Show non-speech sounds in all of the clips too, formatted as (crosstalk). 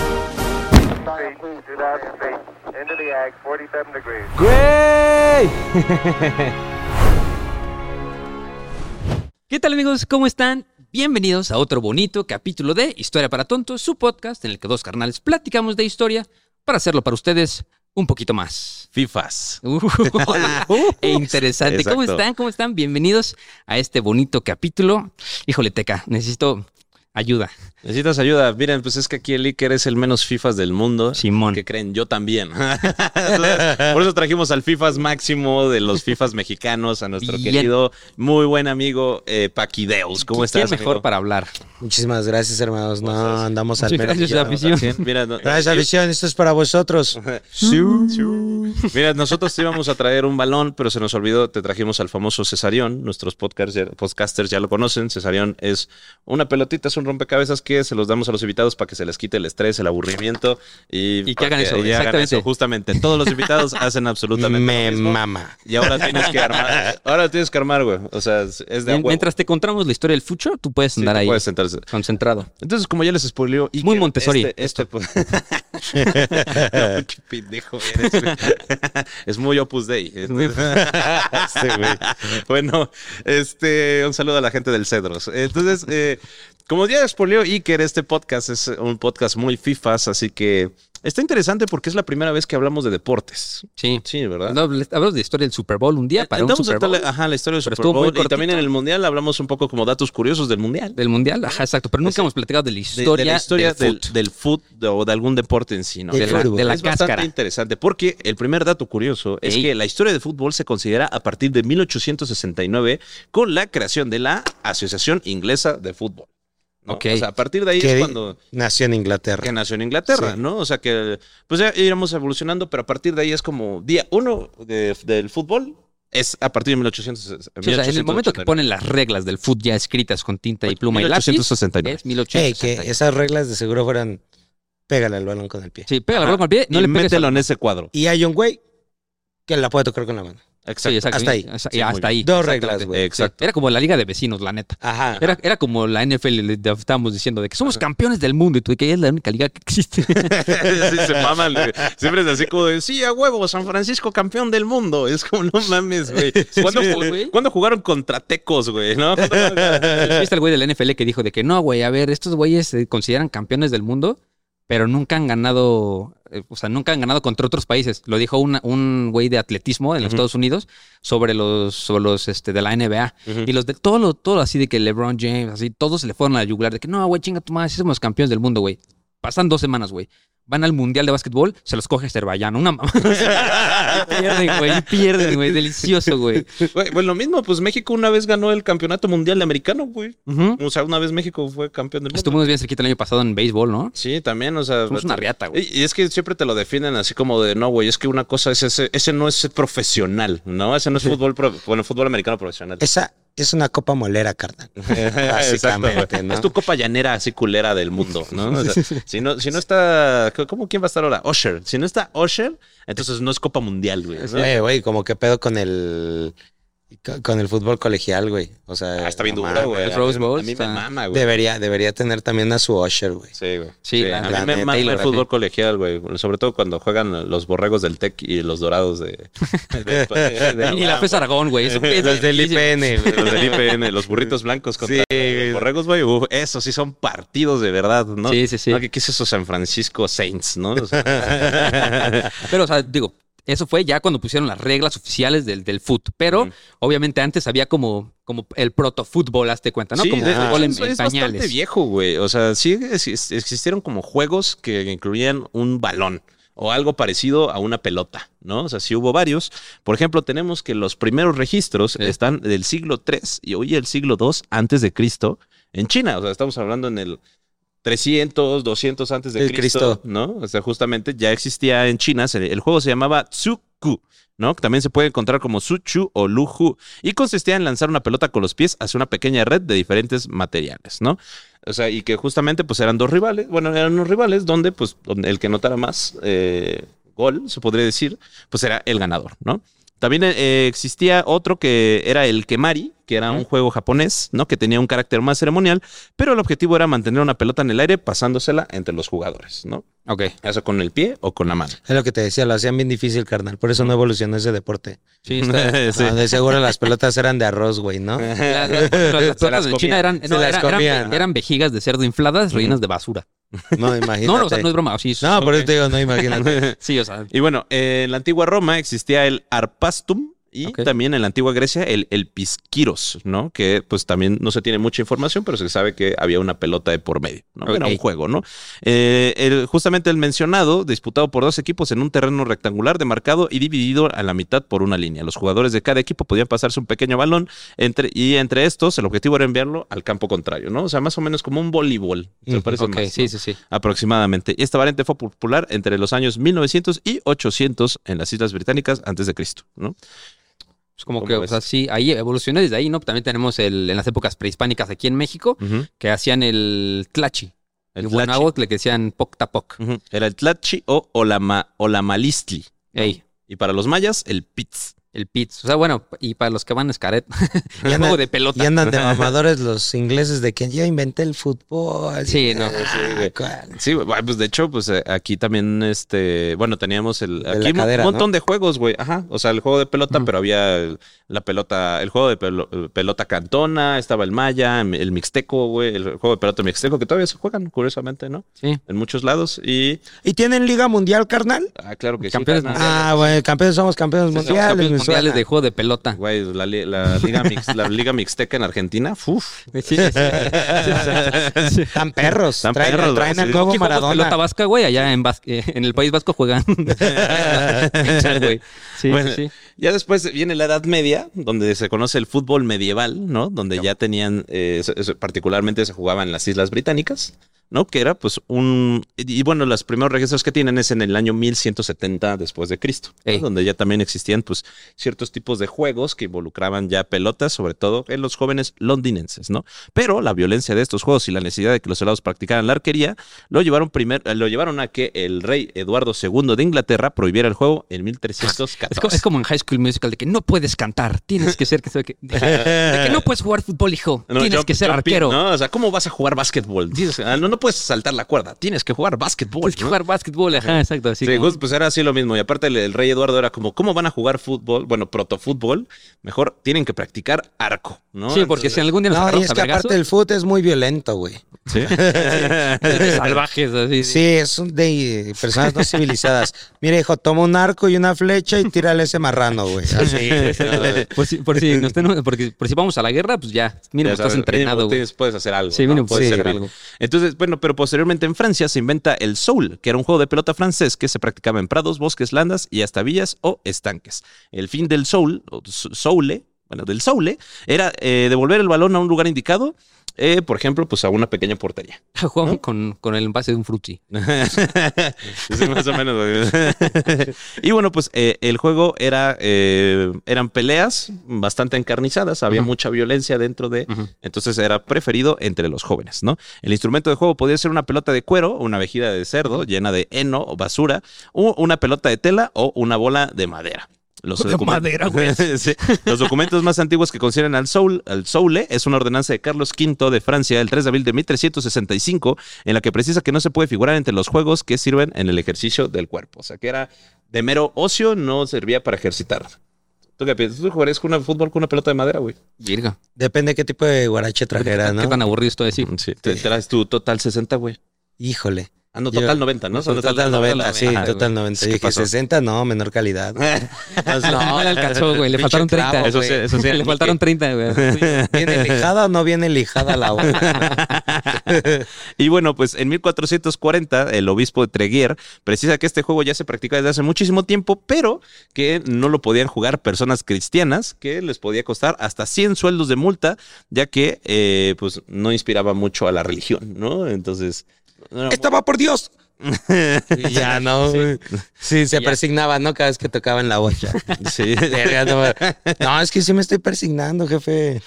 Speed, 2,000 feet, into the ag, 47 degrees. ¡Güey! ¿Qué tal amigos? ¿Cómo están? Bienvenidos a otro bonito capítulo de Historia para Tontos, su podcast en el que dos carnales platicamos de historia para hacerlo para ustedes un poquito más. (laughs) FIFAs. Uh, e interesante. ¿Cómo Exacto. están? ¿Cómo están? Bienvenidos a este bonito capítulo. Híjole, Teca, necesito ayuda. Necesitas ayuda. Miren, pues es que aquí el Iker es el menos FIFAs del mundo. Simón. ¿Qué creen? Yo también. (laughs) Entonces, por eso trajimos al FIFAs máximo de los FIFAs mexicanos, a nuestro Bien. querido, muy buen amigo eh, Paquideus. ¿Cómo estás? ¿Quién mejor amigo? Pues para hablar? Muchísimas gracias, hermanos. No, Entonces, andamos al Muchas mero. gracias, afición. Bien, Mira, no- Gracias, afición. Esto es para (laughs) vosotros. Mm. Mira, nosotros te íbamos a traer un balón, pero se nos olvidó. Te trajimos al famoso Cesarión. Nuestros podcasters, podcasters ya lo conocen. Cesarión es una pelotita, es un rompecabezas que se los damos a los invitados para que se les quite el estrés, el aburrimiento y, Y que para hagan eso, y exactamente. justamente. Todos los (laughs) invitados hacen absolutamente Me lo mismo. mama. Y ahora tienes que armar. Ahora tienes que armar, güey. O sea, es es de a huevo. Mientras te contamos la historia del fucho, tú puedes Sí, andar tú ahí puedes sentarse. concentrado. Entonces, como ya les spoileó. Iker, Muy Montessori, Este, este po- (laughs) No, qué pendejo eres, güey. (laughs) es muy Opus (laughs) Dei. Este, güey. Bueno, este, un saludo a la gente del Cedros. Entonces, eh, como ya spoileó Iker, este podcast es un podcast muy FIFAs, así que está interesante porque es la primera vez que hablamos de deportes. Sí. Sí, ¿verdad? Hablamos hablamos de historia del Super Bowl un día para un Entramos Super a toda Bowl. la- ajá, la historia del Pero Super estuvo muy Bowl. Y cortito. también en el Mundial hablamos un poco como datos curiosos del Mundial. Del mundial, ajá, exacto. Pero nunca hemos platicado de la de- historia, de la historia del del, fut. del fut de- o de algún deporte en sí, ¿no? Del De la, fútbol. de la Es bastante cáscara. interesante, porque el primer dato curioso es Ey. que la historia del fútbol se considera a partir de 1869 con la creación de la Asociación Inglesa de Fútbol. ¿no? Ok. O sea, a partir de ahí Que es di- cuando Nació en que Inglaterra. nació en Inglaterra, Sí. ¿no? O sea que pues ya íbamos evolucionando, pero a partir de ahí es como día uno de- del fútbol es a partir de 1800. Sí, o sea, en el momento que ponen las reglas del fútbol ya escritas con tinta y pluma y 1869. lápiz, es Ey, 1869. que esas reglas de seguro fueran pégale al balón con el pie. Sí, pega la broma al pie, no y le pegues mételo al- en ese cuadro. Y hay un güey que la puede tocar con la mano. Sí, exacto. hasta ahí. Y- hasta- y Sí, muy hasta ahí. Dos exactamente. reglas, güey. Exacto. Sí, Era como la liga de vecinos, la neta. Ajá. Era, era como la NFL, le- le estábamos diciendo, de que somos campeones del mundo y tú, de que es la única liga que existe. sí, se maman. güey. Siempre es así como de, sí, a huevo, San Francisco campeón del mundo. Es como, no mames, güey. (laughs) ¿Cuándo, Sí, ju- güey. cuándo jugaron contra Tecos, güey? (laughs) ¿No? ¿Viste el güey del NFL que dijo de que no, güey, a ver, estos güeyes se consideran campeones del mundo, pero nunca han ganado, eh, o sea, nunca han ganado contra otros países. Lo dijo una- un güey de atletismo en los Ujú. Estados Unidos sobre los, sobre los este, de la NBA. Y los de todo, lo, todo así de que LeBron James, así, todos se le fueron a la yugular de que no, güey, chinga tu madre, sí somos campeones del mundo, güey. Pasan dos semanas, güey. Van al mundial de básquetbol, se los coge Azerbaiyán, una mamá. (laughs) Y pierden, güey, y pierden, güey, delicioso, güey. Güey, pues lo mismo, pues México una vez ganó el campeonato mundial de americano, güey. Ujú. O sea, una vez México fue campeón del mundo. Estuvimos bien cerquita el año pasado en béisbol, ¿no? Pues Sí, también, o sea. Somos una riata, güey. Y, y es que siempre te lo definen así como de no, güey. Es que una cosa es ese, ese no es profesional, ¿no? Ese no es fútbol, pro- bueno, fútbol americano profesional. Esa es una copa molera, (laughs) carnal. Exacto, Básicamente, güey. ¿no? Es tu copa llanera así culera del mundo, ¿no? O sea, si no, si no está, ¿cómo quién va a estar ahora? Osher. Si no está Osher, entonces no es Copa Mundial, güey. ¿no? Güey, Eh, güey, como que pedo con el co- con el fútbol colegial, güey. O sea, Ah, está bien no duro, mames. güey. el Rose Bowl A mí está- me mama, güey. Debería, debería tener también a su usher, güey. Sí, güey. Sí, la- a la mí me neta, mama Taylor, el fútbol sí. colegial, güey. Sobre todo cuando juegan los borregos del Tec y los dorados (laughs) de. de- de- de- Ni la FES Aragón, güey. (laughs) eso es Los del difícil. IPN, (laughs) güey. Los del IPN, los burritos blancos contra los borregos, güey. Uf, esos sí son partidos de verdad, ¿no? Sí, sí, sí. No, ¿Qué, qué es eso San Francisco Saints, no? O sea, Pero, o sea, digo, eso fue ya cuando pusieron las reglas oficiales del, del foot. Pero, Mm. obviamente, antes había como, como el protofútbol, hazte cuenta, ¿no? Sí, como de- fútbol en, es, en es bastante pañales. viejo, güey. O sea, sí es- es- existieron como juegos que incluían un balón. o algo parecido a una pelota, ¿no? O sea, sí hubo varios. Por ejemplo, tenemos que los primeros registros Sí. están del siglo III y hoy el siglo II antes de Cristo en China. O sea, estamos hablando en el 300, 200 antes de El Cristo, Cristo. ¿no? O sea, justamente ya existía en China. se- El juego se llamaba Tsuku, ¿no? Que También se puede encontrar como Suchu o Luju y consistía en lanzar una pelota con los pies hacia una pequeña red de diferentes materiales, ¿no? O sea, y que justamente pues eran dos rivales, bueno, eran unos rivales donde pues donde el que anotara más eh, gol, se podría decir, pues era el ganador, ¿no? También eh, existía otro que era el Kemari, que era un juego japonés, ¿no? Que tenía un carácter más ceremonial, pero el objetivo era mantener una pelota en el aire pasándosela entre los jugadores, ¿no? Ok. Eso con el pie o con la mano. Es lo que te decía, lo hacían bien difícil, carnal. Por eso no evolucionó ese deporte. Sí, (laughs) está. Sí. Ah, de seguro las pelotas eran de arroz, güey, (laughs) ¿no? La- la- las pelotas de comían. China eran, Se no, las era- eran- comían. eran vejigas de cerdo Mm. infladas rellenas de basura. No, imagínate. No, no, o sea, no es broma. Sí, No, por eso te digo, no, (laughs) imagínate. sí, o sea, Y bueno, eh, en la antigua Roma existía el arpastum y Ok. también en la antigua Grecia el, el pisquiros, ¿no? Que pues también no se tiene mucha información, pero se sabe que había una pelota de por medio, ¿no? Era un Ok. juego, ¿no? Eh, el- justamente el mencionado, disputado por dos equipos en un terreno rectangular demarcado y dividido a la mitad por una línea. Los jugadores de cada equipo podían pasarse un pequeño balón entre, y entre estos el objetivo era enviarlo al campo contrario, ¿no? O sea, más o menos como un voleibol. ¿Te Ujú, parece ok, Pues más, no? sí, sí, sí. aproximadamente. Esta variante fue popular entre los años 1900 y 800 en las Islas Británicas antes de Cristo, ¿no? Es como ¿Cómo que, o ves? sea, sí, ahí evolucionó desde ahí, ¿no? También tenemos el, en las épocas prehispánicas aquí en México que hacían el tlachi. El tlachi. guanáhuatl, le que decían poc tapoc. Ujú. Era el tlachi o olama, olamalistli. Ey, Y para los mayas, el pitz. el pits. O sea, bueno, y para los que van a escaret, Y (laughs) el andan- juego de pelota. Y andan de mamadores los ingleses de que yo inventé el fútbol. Sí, no. Ah, güey. ¿cuál? Sí, bueno, pues de hecho, pues eh, aquí también, este, bueno, teníamos el, De la aquí un cadera, montón de juegos, güey, ajá, o sea, el juego de pelota, pero había el- la pelota, el juego de pelo- eh, pelota cantona, estaba el maya, el mixteco, güey, el juego de pelota mixteco, que todavía se juegan, curiosamente, ¿no? Sí. En muchos lados y, ¿Y tienen Liga Mundial, carnal? ah, claro que sí, Campeones carnal. Ah, bueno, campeones, somos campeones Somos mundiales. campeones me mundiales suena. de juego de pelota. Güey, la, li- la liga mix- la Liga Mixteca en Argentina, uff. (laughs) Sí, sí, sí. Tan perros. Tan traen, perros, traen sí. al nuevo Aquí jugamos pelota Maradona. vasca, güey, allá en, vas- eh, en el País Vasco (laughs) juegan. (laughs) Pichar, güey. sí, Bueno, sí, sí. Ya después viene la Edad Media, donde se conoce el fútbol medieval, ¿no? Donde ya tenían, eh, se- se- particularmente se jugaba en las Islas Británicas, ¿no? Que era pues un... Y, y bueno, los primeros registros que tienen es en el año 1170 después de Cristo, ¿no? Ey. donde ya también existían pues ciertos tipos de juegos que involucraban ya pelotas, sobre todo en los jóvenes londinenses, ¿no? Pero la violencia de estos juegos y la necesidad de que los soldados practicaran la arquería lo llevaron, primer, eh, lo llevaron a que el rey Eduardo II de Inglaterra prohibiera el juego en 1314. Es co- es como en High School Musical de que no puedes cantar, tienes que ser que, de que, de que no puedes jugar fútbol, (laughs) hijo, No, tienes jump- que ser jump in, arquero. ¿no? O sea, ¿cómo vas a jugar básquetbol? Dices, ah, no, no puedes saltar la cuerda, tienes que jugar básquetbol. Tienes que ¿no? jugar básquetbol, ajá, exacto. Así Sí, como- justo, pues era así lo mismo. Y aparte el, el rey Eduardo era como, ¿cómo van a jugar fútbol? Bueno, protofútbol, mejor tienen que practicar arco, ¿no? sí, porque si algún día nos No, y agarramos es a que vergazos, aparte el fútbol es muy violento, güey. de (laughs) salvajes, así. Sí, es un de personas no civilizadas. Mira, hijo, toma un arco y una flecha y tírale ese marrano, güey. Así. Por si, Pues (laughs) por si nos tenemos- porque, por si vamos a la guerra, pues ya, mira, Ya estás sabes, entrenado, mínimo güey. tienes- puedes hacer algo. Sí, ¿no? mínimo Puedes puedes hacer hacer algo. algo. Entonces, bueno, pero posteriormente en Francia se inventa el soul, que era un juego de pelota francés que se practicaba en prados, bosques, landas y hasta villas o estanques. El fin del soul, o s- soule, bueno, del soule, era eh, devolver el balón a un lugar indicado, eh, por ejemplo, pues a una pequeña portería. (laughs) Jugamos con, con el envase de un frutti. (laughs) Sí, más o menos. güey. (laughs) y bueno, pues eh, el juego era, eh, eran peleas bastante encarnizadas, había Ujú. mucha violencia dentro de, entonces era preferido entre los jóvenes, ¿no? El instrumento de juego podía ser una pelota de cuero, una vejiga de cerdo llena de heno o basura, o una pelota de tela o una bola de madera. Los, Bola de documen- (laughs) madera, güey. Sí. Los documentos más antiguos que consideran al, soul, al soule es una ordenanza de Carlos V de Francia, el 3 de abril de 1365, en la que precisa que no se puede figurar entre los juegos que sirven en el ejercicio del cuerpo. O sea, que era de mero ocio, no servía para ejercitar. ¿Tú qué piensas? ¿Tú jugarías con una- fútbol con una pelota de madera, güey? Virga. Depende qué tipo de guarache trajera, Qué Ah, ¿no? Mm. tan aburrido esto de decir. Sí, te traes tu total 60, güey. Híjole. Ah, no, Yo- total 90, ¿no? Total, 90, sí, Ajá, total güey. 90. ¿Qué Yo dije, pasó? 60, no, menor calidad. Entonces, (laughs) No, no le alcanzó, güey. Le Pinche faltaron 30. clavo, Eso sí, güey. eso (laughs) sí. Le faltaron (laughs) 30, güey. (laughs) ¿Viene lijada o no viene lijada la hoja? Y bueno, pues en 1440 el obispo de Treguier precisa que este juego ya se practica desde hace muchísimo tiempo, pero que no lo podían jugar personas cristianas, que les podía costar hasta 100 sueldos de multa, ya que eh, pues no inspiraba mucho a la religión, ¿no? Entonces... no era ¡Estaba por Dios! Y (laughs) ya, ¿no? güey. Sí, se Ya. persignaba, ¿no? Cada vez que tocaban la bocha. muy- (laughs) Sí. Verga, no, no, es que sí me estoy persignando, (laughs) jefe.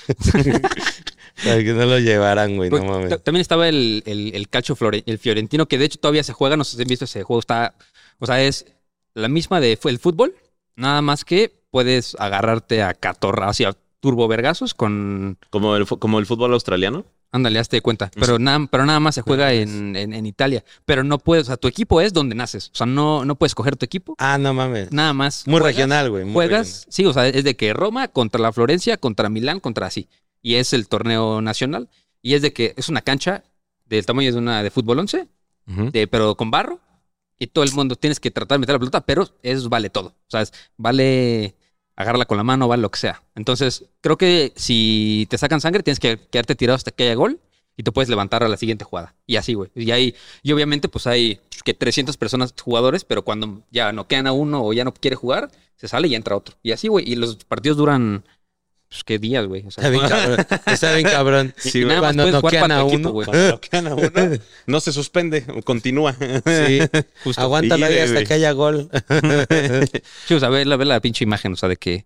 Para que no lo llevaran, güey, no Porque mames. Pues, ta- También estaba el, el, el Calcio Flore- el Fiorentino, que de hecho todavía se juega, no sé si han visto ese juego, está, o sea, es la misma de fu- el fútbol, nada más que puedes agarrarte a catorra, así a turbo vergazos con, Como el, fu- como el fútbol australiano. ándale, hazte de cuenta, pero nada, pero nada más se juega en, en- en Italia, pero no puedes, o sea, tu equipo es donde naces, o sea, no, no puedes coger tu equipo, Ah, no mames. nada más. Muy juegas- regional, güey. muy Juegas, sí, o sea, es de que Roma contra la Florencia, contra Milán, contra así. Y es el torneo nacional. Y es de que es una cancha del tamaño de una de fútbol 11, regional. de, pero con barro. Y todo el mundo tienes que tratar de meter la pelota, pero eso vale todo. O sea, es- vale agarrarla con la mano, vale lo que sea. Entonces, creo que si te sacan sangre, tienes que quedarte tirado hasta que haya gol y te puedes levantar a la siguiente jugada. Y así, güey. Y ahí, y obviamente, pues hay que 300 personas, jugadores, pero cuando ya no quedan a uno o ya no quiere jugar, se sale y entra otro. Y así, güey. Y los partidos duran, pues, ¿qué días, güey? O sea, (laughs) Está bien cabrón. Está bien (laughs) cabrón. Sí, güey. nada más Cuando puedes noquean jugar para a tu equipo, uno. güey. Cuando bloquean a uno, no se suspende, continúa. (laughs) Sí. Justo. Aguántalo ahí Sí, hasta güey. que haya gol. (laughs) Sí, o sea, ve la, ve la pinche imagen, o sea, de que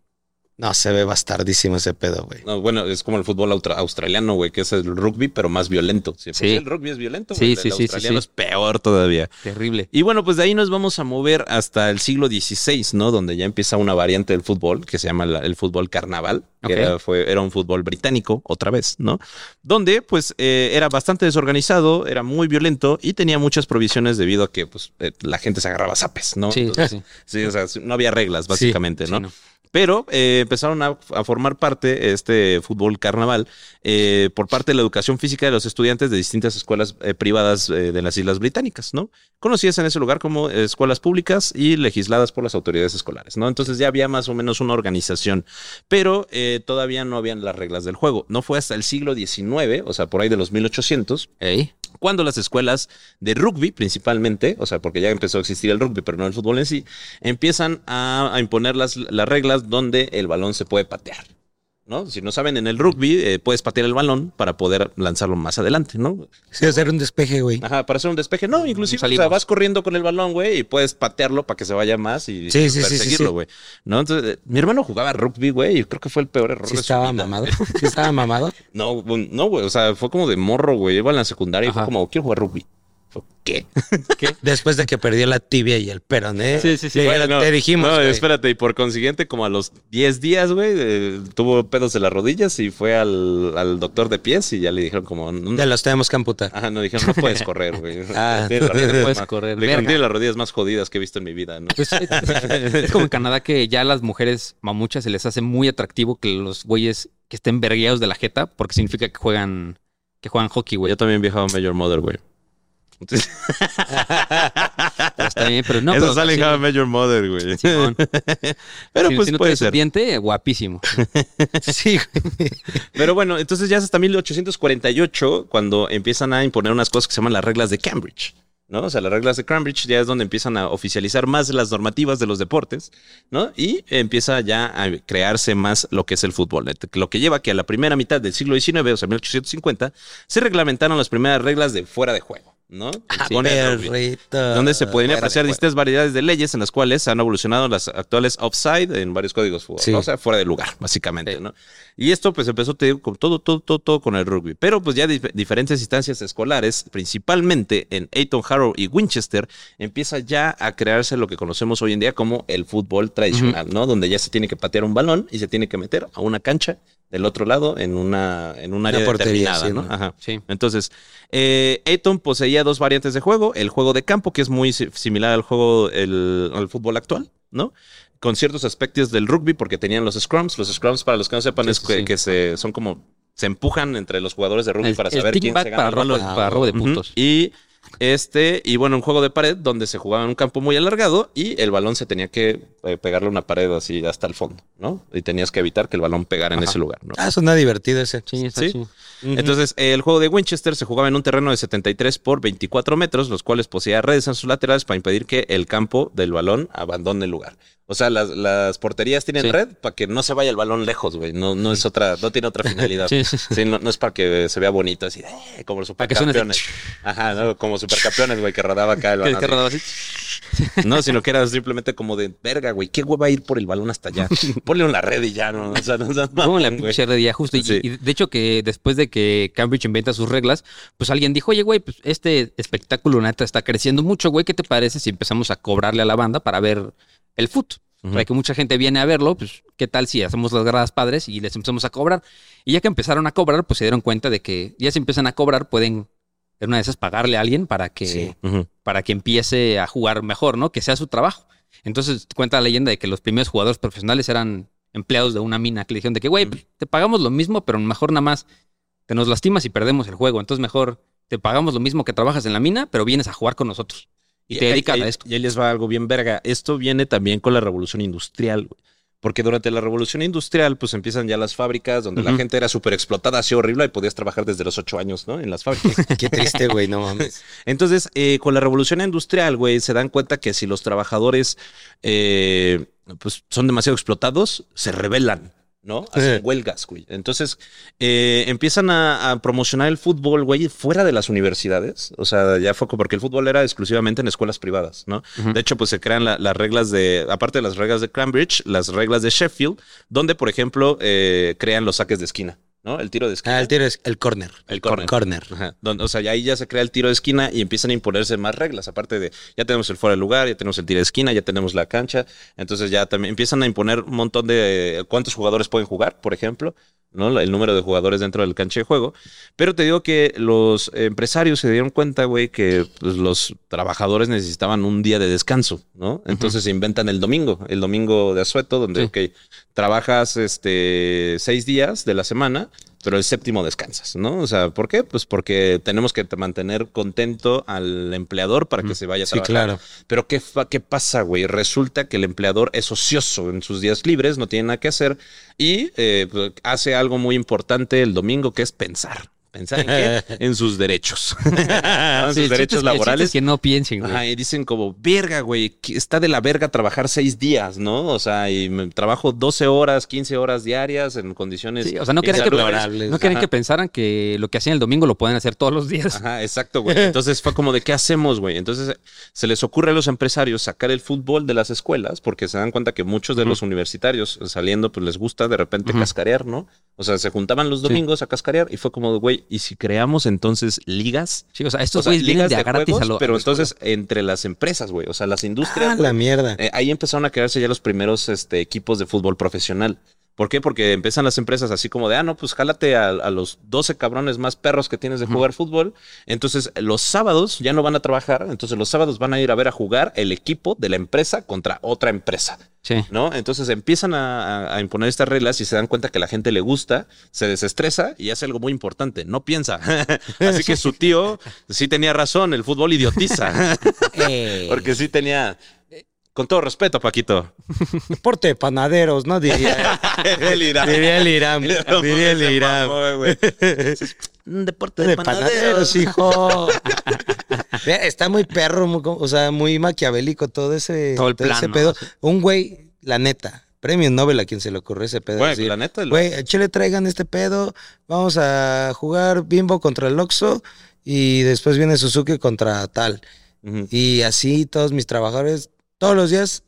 No, se ve bastardísimo ese pedo, güey. No, bueno, es como el fútbol autra- australiano, güey, que es el rugby, pero más violento. Si de por Sí. El rugby es violento, Sí, güey. sí, el sí, sí, australiano sí. es peor todavía. terrible. Y bueno, pues de ahí nos vamos a mover hasta el siglo XVI, ¿no? Donde ya empieza una variante del fútbol que se llama la- el fútbol carnaval, que Ok. era, fue, era un fútbol británico, otra vez, ¿no? Donde pues eh, era bastante desorganizado, era muy violento y tenía muchas provisiones debido a que pues eh, la gente se agarraba a zapes, ¿no? Sí, sí, Entonces, sí. sí, o sea, no había reglas (laughs) básicamente, Sí, ¿no? no. Pero eh, empezaron a, a formar parte este fútbol carnaval eh, por parte de la educación física de los estudiantes de distintas escuelas eh, privadas eh, de las Islas Británicas, ¿no? Conocidas en ese lugar como eh, escuelas públicas y legisladas por las autoridades escolares, ¿no? Entonces ya había más o menos una organización, pero eh, todavía no habían las reglas del juego. No fue hasta el siglo XIX, o sea, por ahí de los 1800, Ey. cuando las escuelas de rugby principalmente, o sea, porque ya empezó a existir el rugby, pero no el fútbol en sí, empiezan a, a imponer las, las reglas donde el balón se puede patear. ¿No? Si no saben, en el rugby eh, puedes patear el balón para poder lanzarlo más adelante, ¿no? Sí, hacer un despeje, güey. Ajá, para hacer un despeje. No, inclusive o Salimos. sea, vas corriendo con el balón, güey, y puedes patearlo para que se vaya más y Sí, sí, sí, sí, perseguirlo, sí. güey. ¿No? Entonces, eh, mi hermano jugaba rugby, güey, y creo que fue el peor error Sí de su estaba vida. mamado. Sí estaba (laughs) mamado. No, güey, no, güey. O sea, fue como de morro, güey. Iba a la secundaria y fue Ajá. como, quiero jugar rugby. Fue, ¿Qué? Después de que perdió la tibia y el peroné. Sí, sí, sí. Le Bueno, dijeron, te dijimos. No, güey". espérate, y por consiguiente, como a los 10 días, güey, eh, tuvo pedos de las rodillas y fue al, al doctor de pies y ya le dijeron como... "No, Te los tenemos que amputar. Ajá, no, dijeron, no puedes correr, (laughs) güey. Ah. Tienes las rodillas No puedes más- correr, le dijeron, verga. "Tienes las rodillas más jodidas que he visto en mi vida, ¿no? Pues, es, es como en Canadá que ya a las mujeres mamuchas se les hace muy atractivo que los güeyes que estén vergueados de la jeta, porque significa que juegan, que juegan hockey, güey. Yo también viajaba a Major Mother, güey. Pero pues, está bien, (laughs) pero no. Eso pero sale en sí, How I Met Your Mother, güey. Simón. (laughs) Pero Si- pues si no puede traes un ser. diente, guapísimo. (laughs) Sí, güey. Pero bueno, entonces ya es hasta 1848 cuando empiezan a imponer unas cosas que se llaman las reglas de Cambridge. ¿no? O sea, las reglas de Cambridge ya es donde empiezan a oficializar más las normativas de los deportes, ¿no? Y empieza ya a crearse más lo que es el fútbol. Lo que lleva que a la primera mitad del siglo XIX, o sea, 1850, se reglamentaron las primeras reglas de fuera de juego, ¿no? Con el rugby Perrito. donde se pueden Fuera de apreciar juego. distintas variedades de leyes en las cuales se han evolucionado las actuales offside en varios códigos fútbol, Sí. ¿no? o sea, fuera de lugar, básicamente, ¿no? Y esto pues empezó te digo, con todo, todo, todo, todo con el rugby, pero pues ya dif- diferentes instancias escolares, principalmente en Eton Harrow y Winchester, empieza ya a crearse lo que conocemos hoy en día como el fútbol tradicional, ¿no? Donde ya se tiene que patear un balón y se tiene que meter a una cancha del otro lado en una en un área portería, determinada, sí, ¿no? ¿no? Ajá. Sí. Entonces, eh, Eton poseía dos variantes de juego: el juego de campo, que es muy si- similar al juego, el- al fútbol actual, ¿no? Con ciertos aspectos del rugby, porque tenían los scrums. Los scrums, para los que no sepan, Sí, es sí, que, sí. que se, son como se empujan entre los jugadores de rugby El, para el saber quién tick-back se gana para, el robo- balón. para robo de Ujú. puntos. Y Este, y bueno, un juego de pared donde se jugaba en un campo muy alargado y el balón se tenía que eh, pegarle a una pared así hasta el fondo, ¿no? Y tenías que evitar que el balón pegara en ese lugar, ¿no? Ah, suena divertido ese. Sí, está Sí. chido. Entonces, eh, el juego de Winchester se jugaba en un terreno de 73 por 24 metros, los cuales poseía redes en sus laterales para impedir que el campo del balón abandone el lugar. O sea, las, las porterías tienen Sí. red para que no se vaya el balón lejos, güey. No, no es otra, no tiene otra (laughs) finalidad. Sí, sí. Sí, no, no es para que se vea bonito así, eh, como los Para que suene así. supercampeones. Ajá, no, como supercampeones, güey, que rodaba acá el (laughs) Que- balón. que así. rodaba así. No, sino que era simplemente como de verga, güey. ¿Qué güey va a ir por el balón (laughs) hasta allá? Ponle una red y ya, no. O sea, no seas Como la mamón, güey. pinche red ya justo. Y, Sí. y de hecho que después de que Cambridge inventa sus reglas, pues alguien dijo, oye, güey, pues este espectáculo neta está creciendo mucho, güey, ¿qué te parece si empezamos a cobrarle a la banda para ver el foot? Para que mucha gente viene a verlo, pues qué tal si hacemos las gradas padres y les empezamos a cobrar. Y ya que empezaron a cobrar, pues se dieron cuenta de que ya si empiezan a cobrar, pueden en una de esas pagarle a alguien para que Sí. Ujú. para que empiece a jugar mejor, ¿no? Que sea su trabajo. Entonces cuenta la leyenda de que los primeros jugadores profesionales eran empleados de una mina que le dijeron de que, güey, pues, te pagamos lo mismo, pero mejor nada más te nos lastimas y perdemos el juego. Entonces mejor te pagamos lo mismo que trabajas en la mina, pero vienes a jugar con nosotros. Y te ahí- dedicas ahí- a esto. Y ahí les va algo bien verga. Esto viene también con la revolución industrial, güey. Porque durante la revolución industrial, pues empiezan ya las fábricas donde la Ujú. gente era súper explotada, así horrible, y podías trabajar desde los ocho años, ¿no? En las fábricas. (laughs) Qué triste, güey, no mames. Entonces, eh, con la revolución industrial, güey, se dan cuenta que si los trabajadores eh, pues, son demasiado explotados, se rebelan, ¿no? Hacen Sí. huelgas, güey. Entonces, eh, empiezan a, a promocionar el fútbol, güey, fuera de las universidades. O sea, ya fue como- porque el fútbol era exclusivamente en escuelas privadas, ¿no? Ujú. De hecho, pues se crean la- las reglas de, aparte de las reglas de Cambridge, las reglas de Sheffield, donde, por ejemplo, eh, crean los saques de esquina, ¿no? El tiro de esquina. Ah, el tiro es el corner. El Cor- corner. Ajá. Donde- o sea, ya ahí ya se crea el tiro de esquina y empiezan a imponerse más reglas. Aparte de, ya tenemos el fuera de lugar, ya tenemos el tiro de esquina, ya tenemos la cancha. Entonces ya también empiezan a imponer un montón de eh, cuántos jugadores pueden jugar, por ejemplo, ¿no? La- El número de jugadores dentro del cancha de juego. Pero te digo que los empresarios se dieron cuenta, güey, que pues, los trabajadores necesitaban un día de descanso, ¿no? Entonces se inventan el domingo, el domingo de asueto, donde, Sí. ok, trabajas este, seis días de la semana, pero el séptimo descansas, ¿no? O sea, ¿por qué? Pues porque tenemos que te- mantener contento al empleador para que se vaya a Sí, trabajar. claro. Pero ¿qué, fa- ¿qué pasa, güey? Resulta que el empleador es ocioso en sus días libres, no tiene nada que hacer y eh, pues, hace algo muy importante el domingo, que es pensar. ¿Pensar en (laughs) qué? en sus derechos. Sí, en el sus chiste es derechos que- el chiste laborales. es que no piensen, güey. Ajá, y dicen como, verga, güey, que está de la verga trabajar seis días, ¿no? O sea, y me- trabajo 12 horas, 15 horas diarias en condiciones. Sí, o sea, no querían, que, insalubres. no querían Ajá. que pensaran que lo que hacían el domingo lo pueden hacer todos los días. (laughs) Ajá, exacto, güey. Entonces fue como de qué hacemos, güey. Entonces se les ocurre a los empresarios sacar el fútbol de las escuelas porque se dan cuenta que muchos de los universitarios saliendo pues les gusta de repente Ujú. cascarear, ¿no? O sea, se juntaban los domingos a cascarear y fue como, de, güey, ¿y si creamos entonces ligas? Sí, o sea, O estos sea, güeyes vienen ligas de a de gratis juegos, a lo- pero entonces entre las empresas, güey, o sea, las industrias. Ah, la mierda. Eh, ahí empezaron a crearse ya los primeros este, equipos de fútbol profesional. ¿Por qué? Porque empiezan las empresas así como de, ah, no, pues jálate a, a los 12 cabrones más perros que tienes de jugar fútbol. Entonces, los sábados ya no van a trabajar, entonces los sábados van a ir a ver a jugar el equipo de la empresa contra otra empresa. Sí. ¿no? Entonces empiezan a, a- a imponer estas reglas y se dan cuenta que la gente le gusta, se desestresa y hace algo muy importante, no piensa. (laughs) Así que su tío sí tenía razón, el fútbol idiotiza. (laughs) Eh. Porque sí tenía... Con todo respeto, (laughs) Paquito. Deporte de panaderos, ¿no? Diría, el Irán. diría el Irán. Diría el Se Irán. pues mamó, güey. (laughs) Un deporte de, panaderos, hijo. Vea, Está muy perro, muy, co- o sea, muy maquiavélico todo ese, Todo el plan, ese ¿no? pedo. Un güey, la neta, premio Nobel a quien se le ocurrió ese pedo. Güey, decir, la neta, el- Güey, al chile traigan este pedo. Vamos a jugar bimbo contra el Oxxo y después viene Suzuki contra tal. Ujú. Y así todos mis trabajadores, todos los días,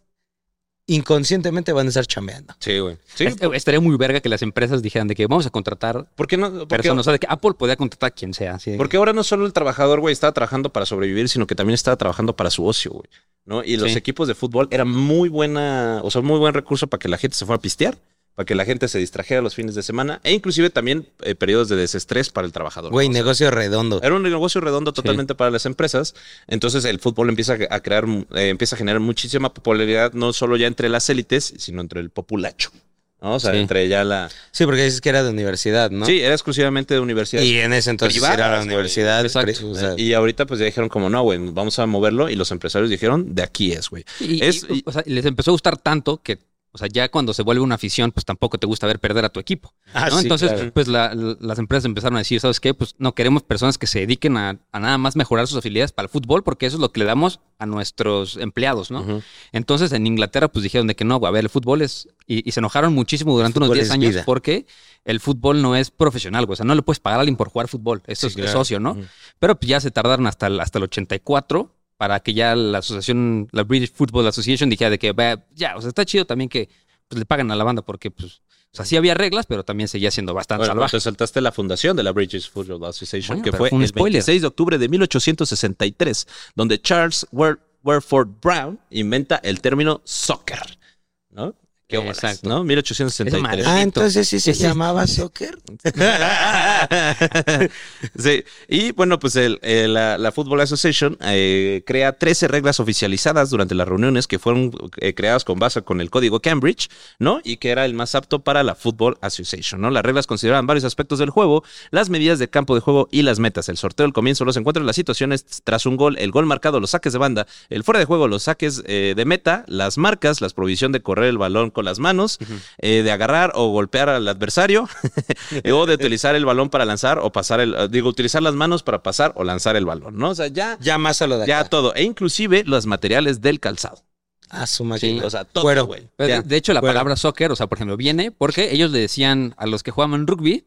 inconscientemente van a estar chambeando. Sí, güey. Sí, Est- Estaría muy verga que las empresas dijeran de que vamos a contratar Este, ¿por qué no? por qué- personas. O sea, de que Apple podía contratar a quien sea. así de que- Porque ahora no solo el trabajador, güey, estaba trabajando para sobrevivir, sino que también estaba trabajando para su ocio, güey. ¿No? Y los Sí. equipos de fútbol eran muy buena, o sea, muy buen recurso para que la gente se fuera a pistear, para que la gente se distrajera los fines de semana, e inclusive también eh, periodos de desestrés para el trabajador. Güey, ¿no? O sea, negocio redondo. era un negocio redondo totalmente para las empresas. Entonces el fútbol empieza a crear, eh, empieza a generar muchísima popularidad, no solo ya entre las élites, sino entre el populacho. ¿no? O sea, Sí. entre ya la. Sí, porque dices que era de universidad, ¿no? Sí, era exclusivamente de universidad. Y en ese entonces Privadas, era la güey. universidad. Exacto. pri- o sea, Y ahorita pues ya dijeron como no, güey, vamos a moverlo y los empresarios dijeron, de aquí es, güey. Y, Es- y, o sea, les empezó a gustar tanto que, o sea, ya cuando se vuelve una afición, pues tampoco te gusta ver perder a tu equipo. Ah, ¿no? sí, Entonces, claro. pues la- la- las empresas empezaron a decir, ¿sabes qué? Pues no queremos personas que se dediquen a, a nada más mejorar sus habilidades para el fútbol, porque eso es lo que le damos a nuestros empleados, ¿no? Ujú. Entonces en Inglaterra pues dijeron de que no, güey, a ver, el fútbol es... Y, y se enojaron muchísimo durante unos fútbol 10 es años vida. porque el fútbol no es profesional, güey. O sea, no le puedes pagar a alguien por jugar fútbol. Eso es, es socio, ¿no? Pero pues, ya se tardaron hasta el, hasta el 84 para que ya la asociación, la British Football Association dijera de que "Ve, ya, o sea, está chido también que pues, le pagan a la banda porque pues... O sea, sí había reglas, pero también seguía siendo bastante Bueno, salvaje. te saltaste la fundación de la British Football Association, Bueno, que pero fue, fue un el spoiler. 26 de octubre de 1863, donde Charles Wer- Werford Brown inventa el término soccer, ¿no? Qué óbolas, Exacto. ¿no? 1863. Ese Ah, entonces sí se Ese- llamaba soccer. (laughs) sí, y bueno, pues el, eh, la, la Football Association eh, crea 13 reglas oficializadas durante las reuniones que fueron eh, creadas con base con el código Cambridge, ¿no? Y que era el más apto para la Football Association, ¿no? Las reglas consideraban varios aspectos del juego, las medidas de campo de juego y las metas, el sorteo, el comienzo, los encuentros, las situaciones tras un gol, el gol marcado, los saques de banda, el fuera de juego, los saques eh, de meta, las marcas, la provisión de correr el balón con las manos, eh, de agarrar o golpear al adversario, (laughs) o de utilizar el balón para lanzar o pasar el, eh, digo, utilizar las manos para pasar o lanzar el balón, ¿no? O sea, ya, Ya más a lo de ya acá. todo, e inclusive los materiales del calzado. Ah, su máquina. Sí, O sea, todo, Cuero. güey. Pero Ya. de- de hecho, la Bueno. palabra soccer, o sea, por ejemplo, viene porque ellos le decían a los que jugaban rugby,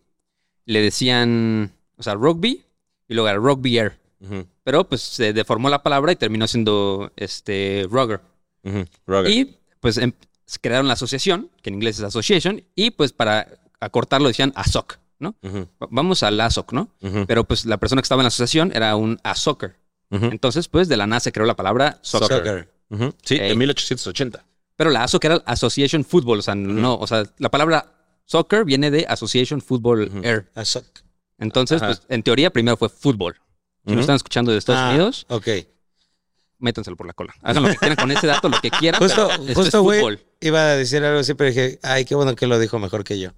le decían, o sea, rugby y luego era rugby air. Ujú, Pero pues se deformó la palabra y terminó siendo este rugger. ujú. Roger. Y pues em- se crearon la asociación, que en inglés es association, y pues para acortarlo decían ASOC, ¿no? Ujú, Va- Vamos al ASOC, ¿no? ujú, Pero pues la persona que estaba en la asociación era un ASOCer. ujú, Entonces, pues de la nada se creó la palabra soccer. ujú. Sí, Ey. en 1880. Pero la ASO que era Association Football, o sea, no, o sea, la palabra soccer viene de Association Football Ujú. Air. Ah, soc- Entonces, Ajá. pues, en teoría primero fue fútbol. Si Ujú. lo están escuchando de Estados Ah, Unidos, Ok. métanselo por la cola. Hagan lo que quieran con ese dato, lo que quieran. Justo, pero esto justo, es güey. fútbol. Iba a decir algo así, pero dije, ay, qué bueno que lo dijo mejor que yo.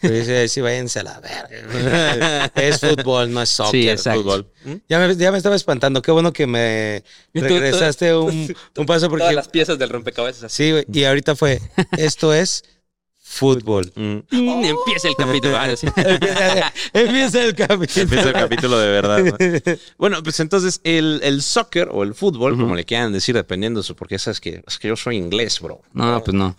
Pero dice, sí, váyanse a la verga. (laughs) Es fútbol, no es soccer. Sí, exacto. Fútbol. ¿Mm? Ya me, ya me estaba espantando. Qué bueno que me Y (laughs) tú- tú- regresaste (laughs) un, un paso porque. piezas del rompecabezas Sí, güey, y ahorita fue, esto es fútbol. (laughs) Mm. Empieza el capítulo. Ah, sí. Empieza, empieza el capítulo. Empieza el capítulo de verdad. (laughs) (laughs) ¿no? Bueno, pues entonces el, el soccer o el fútbol, como le quieran decir, dependiendo de su, porque sabes que, es que yo soy inglés, bro. No, pues no.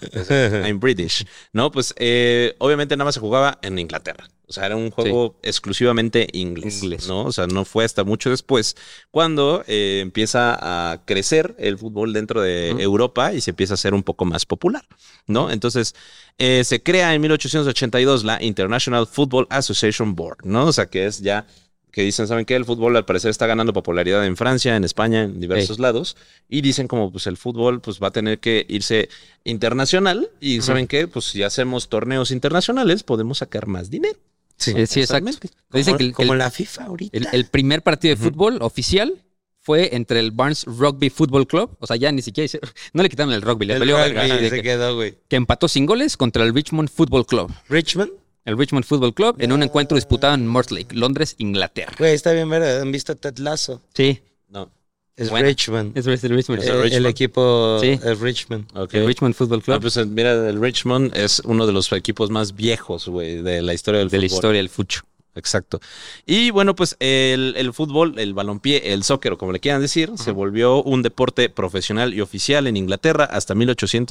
I'm British. No, pues eh, obviamente nada más se jugaba en Inglaterra. O sea, era un juego exclusivamente inglés, Inglés. ¿no? O sea, no fue hasta mucho después cuando eh, empieza a crecer el fútbol dentro de Europa y se empieza a hacer un poco más popular, ¿no? Entonces, eh, se crea en 1882 la International Football Association Board, ¿no? O sea, que es ya que dicen, ¿saben qué? El fútbol al parecer está ganando popularidad en Francia, en España, en diversos lados. Y dicen como, pues el fútbol pues va a tener que irse internacional. Y ¿saben qué? Pues si hacemos torneos internacionales podemos sacar más dinero. Sí. Eh, Sí, exacto. Exactamente. Dice Como, que el- como el- la FIFA ahorita. El, el primer partido de fútbol oficial fue entre el Barnes Rugby Football Club. O sea, ya ni siquiera hice- no le quitaron el rugby, le El peleó rugby verga, así de (laughs) se que, quedó, güey. que empató sin goles contra el Richmond Football Club. Richmond, El Richmond Football Club en un encuentro disputado en Mortlake, Londres, Inglaterra. güey, está bien ver, han visto Ted Lasso. Sí, No. Es Bueno, Richmond. es el Richmond. Eh, El equipo Sí. es Richmond. Ok. El Richmond Football Club Ah, pues mira, el Richmond es uno de los equipos más viejos, güey, de la historia del de la fútbol. historia del fucho. Exacto. Y bueno, pues el, el fútbol, el balompié, el soccer, o como le quieran decir, se volvió un deporte profesional y oficial en Inglaterra hasta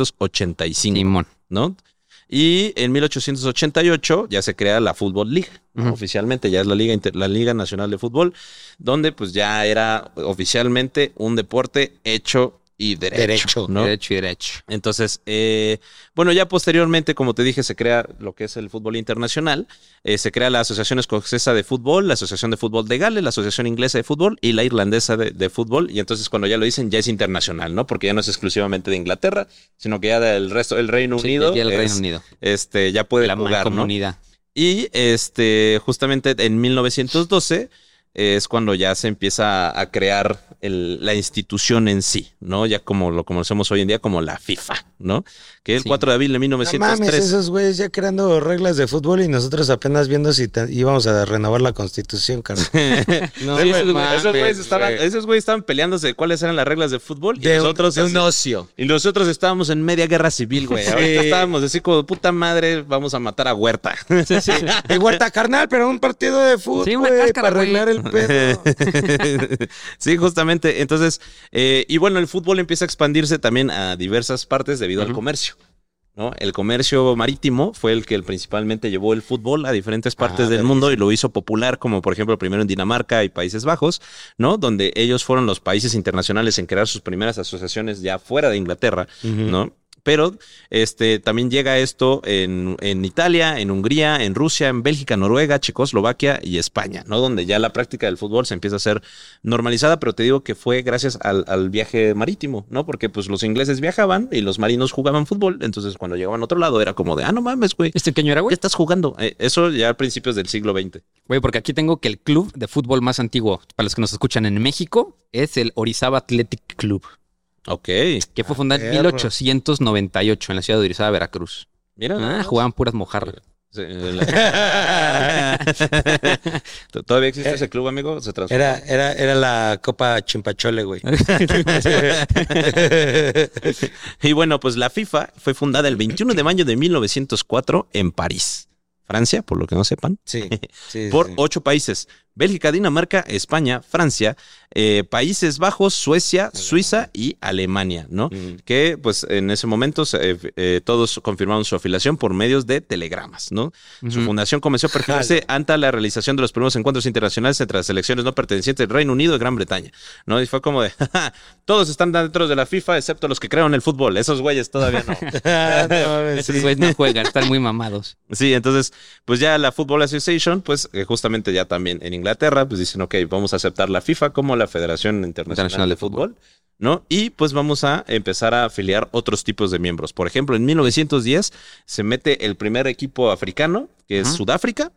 1885, Simón. ¿no? Y en 1888 ya se crea la Football League, ¿no? Ujú. oficialmente ya es la Liga, Inter- la Liga Nacional de Fútbol, donde pues ya era oficialmente un deporte hecho y derecho, Derecho. ¿no? Derecho y derecho. Entonces, eh, bueno, ya posteriormente, como te dije, se crea lo que es el fútbol internacional. Eh, se crea la Asociación Escocesa de Fútbol, la Asociación de Fútbol de Gales, la Asociación Inglesa de Fútbol y la Irlandesa de, de Fútbol. Y entonces, cuando ya lo dicen, ya es internacional, ¿no? Porque ya no es exclusivamente de Inglaterra, sino que ya del resto del Reino Sí, Unido. y el Reino es- Unido. Este, ya puede La jugar, ¿no? mancomunidad. Y este, justamente en 1912 es cuando ya se empieza a crear el- la institución en sí, ¿no? Ya como lo conocemos hoy en día como la FIFA, ¿no? Que el Sí. 4 de abril de No mames, 1903. esos güeyes ya creando reglas de fútbol y nosotros apenas viendo si te- íbamos a renovar la constitución, carnal. (laughs) No, Sí, mames, esos, güey- esos güeyes estaban, güey. esos güeyes estaban peleándose de cuáles eran las reglas de fútbol y De un- nosotros de un así- (laughs) ocio. Y nosotros estábamos en media guerra civil, güey. Sí. Ahorita estábamos así como, puta madre, vamos a matar a Huerta. De huerta carnal, pero un partido de fútbol. Sí, una güey, cáscara, para güey. arreglar el (laughs) pedo. (laughs) sí, justamente. Entonces, eh, y bueno, el fútbol empieza a expandirse también a diversas partes debido al comercio. ¿no? El comercio marítimo fue el que principalmente llevó el fútbol a diferentes partes del mundo y lo hizo popular, como por ejemplo primero en Dinamarca y Países Bajos, ¿no? Donde ellos fueron los países internacionales en crear sus primeras asociaciones ya fuera de Inglaterra, ¿no? Pero este, también llega esto en, en Italia, en Hungría, en Rusia, en Bélgica, Noruega, Checoslovaquia y España, ¿no? Donde ya la práctica del fútbol se empieza a hacer normalizada, pero te digo que fue gracias al, al viaje marítimo, ¿no? Porque pues los ingleses viajaban y los marinos jugaban fútbol, entonces cuando llegaban a otro lado era como de, ah, no mames, güey, ¿Este qué año era, ¿qué güey? estás jugando? Eh, eso ya a principios del siglo XX. Güey, porque aquí tengo que el club de fútbol más antiguo, para los que nos escuchan en México, es el Orizaba Athletic Club, Ok, que fue fundado en Ah, perro. 1898 en la ciudad de Orizaba, Veracruz. mira. Ah, pues. nada más. jugaban puras mojarras. Sí, la- (laughs) ¿Todavía existe ese club, amigo? ¿Se transformó? Era, era, era la Copa Chimpachole, güey. Y bueno, pues la FIFA fue fundada el 21 de mayo de 1904 en París, Francia, por lo que no sepan, (laughs) Sí, sí, por sí. ocho países. Bélgica, Dinamarca, España, Francia, eh, Países Bajos, Suecia, Suiza y Alemania, ¿no? Mm. Que pues en ese momento se- eh, eh, todos confirmaron su afiliación por medios de telegramas, ¿no? Su fundación comenzó a perfilarse ante la realización de los primeros encuentros internacionales entre las selecciones no pertenecientes del Reino Unido y Gran Bretaña. ¿no? Y fue como de, (laughs) "Ja, ja, todos están dentro de la FIFA excepto los que crearon el fútbol. Esos güeyes todavía no. Ah, no mames, Mm. Esos sí. güeyes no juegan, están (laughs) muy mamados. Sí, entonces, pues ya la Football Association, pues eh, justamente ya también en Inglaterra, pues dicen, ok, vamos a aceptar la FIFA como la Federación Internacional, Internacional de, de Fútbol, ¿no? Y pues vamos a empezar a afiliar otros tipos de miembros. Por ejemplo, en 1910 se mete el primer equipo africano, que es Ajá. Sudáfrica.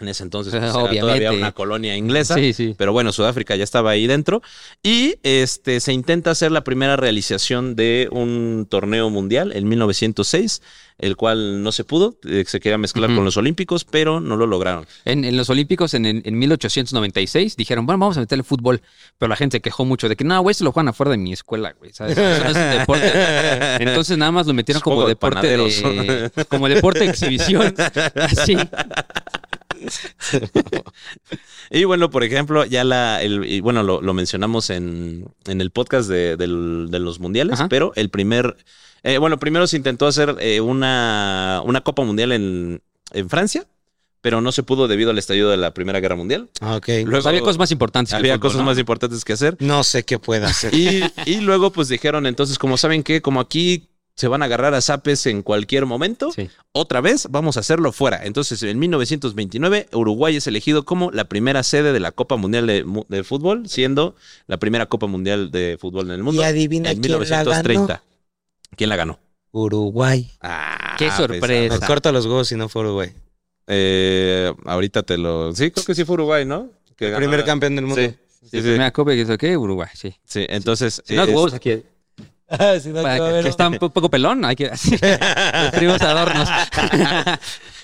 En ese entonces pues, era Obviamente. todavía una colonia inglesa. Sí, sí. Pero bueno, Sudáfrica ya estaba ahí dentro. Y este se intenta hacer la primera realización de un torneo mundial en 1906, el cual no se pudo. eh, Se quería mezclar Ujú. con los Olímpicos, pero no lo lograron. En, en los Olímpicos, en, en- en 1896, dijeron, bueno, vamos a meterle fútbol. Pero la gente se quejó mucho de que, no, güey, se lo juegan afuera de mi escuela, güey. ¿sabes? Eso no es un deporte. Entonces nada más lo metieron Es como juego de deporte de, como deporte de (laughs) exhibición. Así. Y bueno, por ejemplo, ya la. el- y bueno, lo, lo mencionamos en, en el podcast de, del- de los mundiales, Ajá. pero el primer. eh, bueno, primero se intentó hacer eh, una, una Copa Mundial en, en Francia, pero no se pudo debido al estallido de la Primera Guerra Mundial. Ah, ok. Luego- pues, había cosas más importantes. que el Había fútbol, cosas ¿no? más importantes que hacer. No sé qué (laughs) pueda hacer. Y, y luego, pues dijeron, entonces, como saben que, como aquí se van a agarrar a zapes en cualquier momento, Sí. otra vez vamos a hacerlo fuera. Entonces, en 1929, Uruguay es elegido como la primera sede de la Copa Mundial de, mu- de Fútbol, siendo la primera Copa Mundial de Fútbol en el mundo. Y adivina en quién la ganó. ¿Quién la ganó? Uruguay. Ah, Qué pues, sorpresa. Me Esa. corta los huevos si no fue Uruguay. eh, ahorita te lo. Sí, creo que sí fue Uruguay, ¿no? Que ganó Primer la- campeón del mundo. Sí, Sí, sí, sí. primera copa que hizo, ¿qué? Uruguay, sí. Sí, entonces. Si no, eh, huevos aquí. Ah, si no, Para te va a que, ver. que está un po- poco pelón, hay que (laughs) (laughs) así. Escribimos adornos.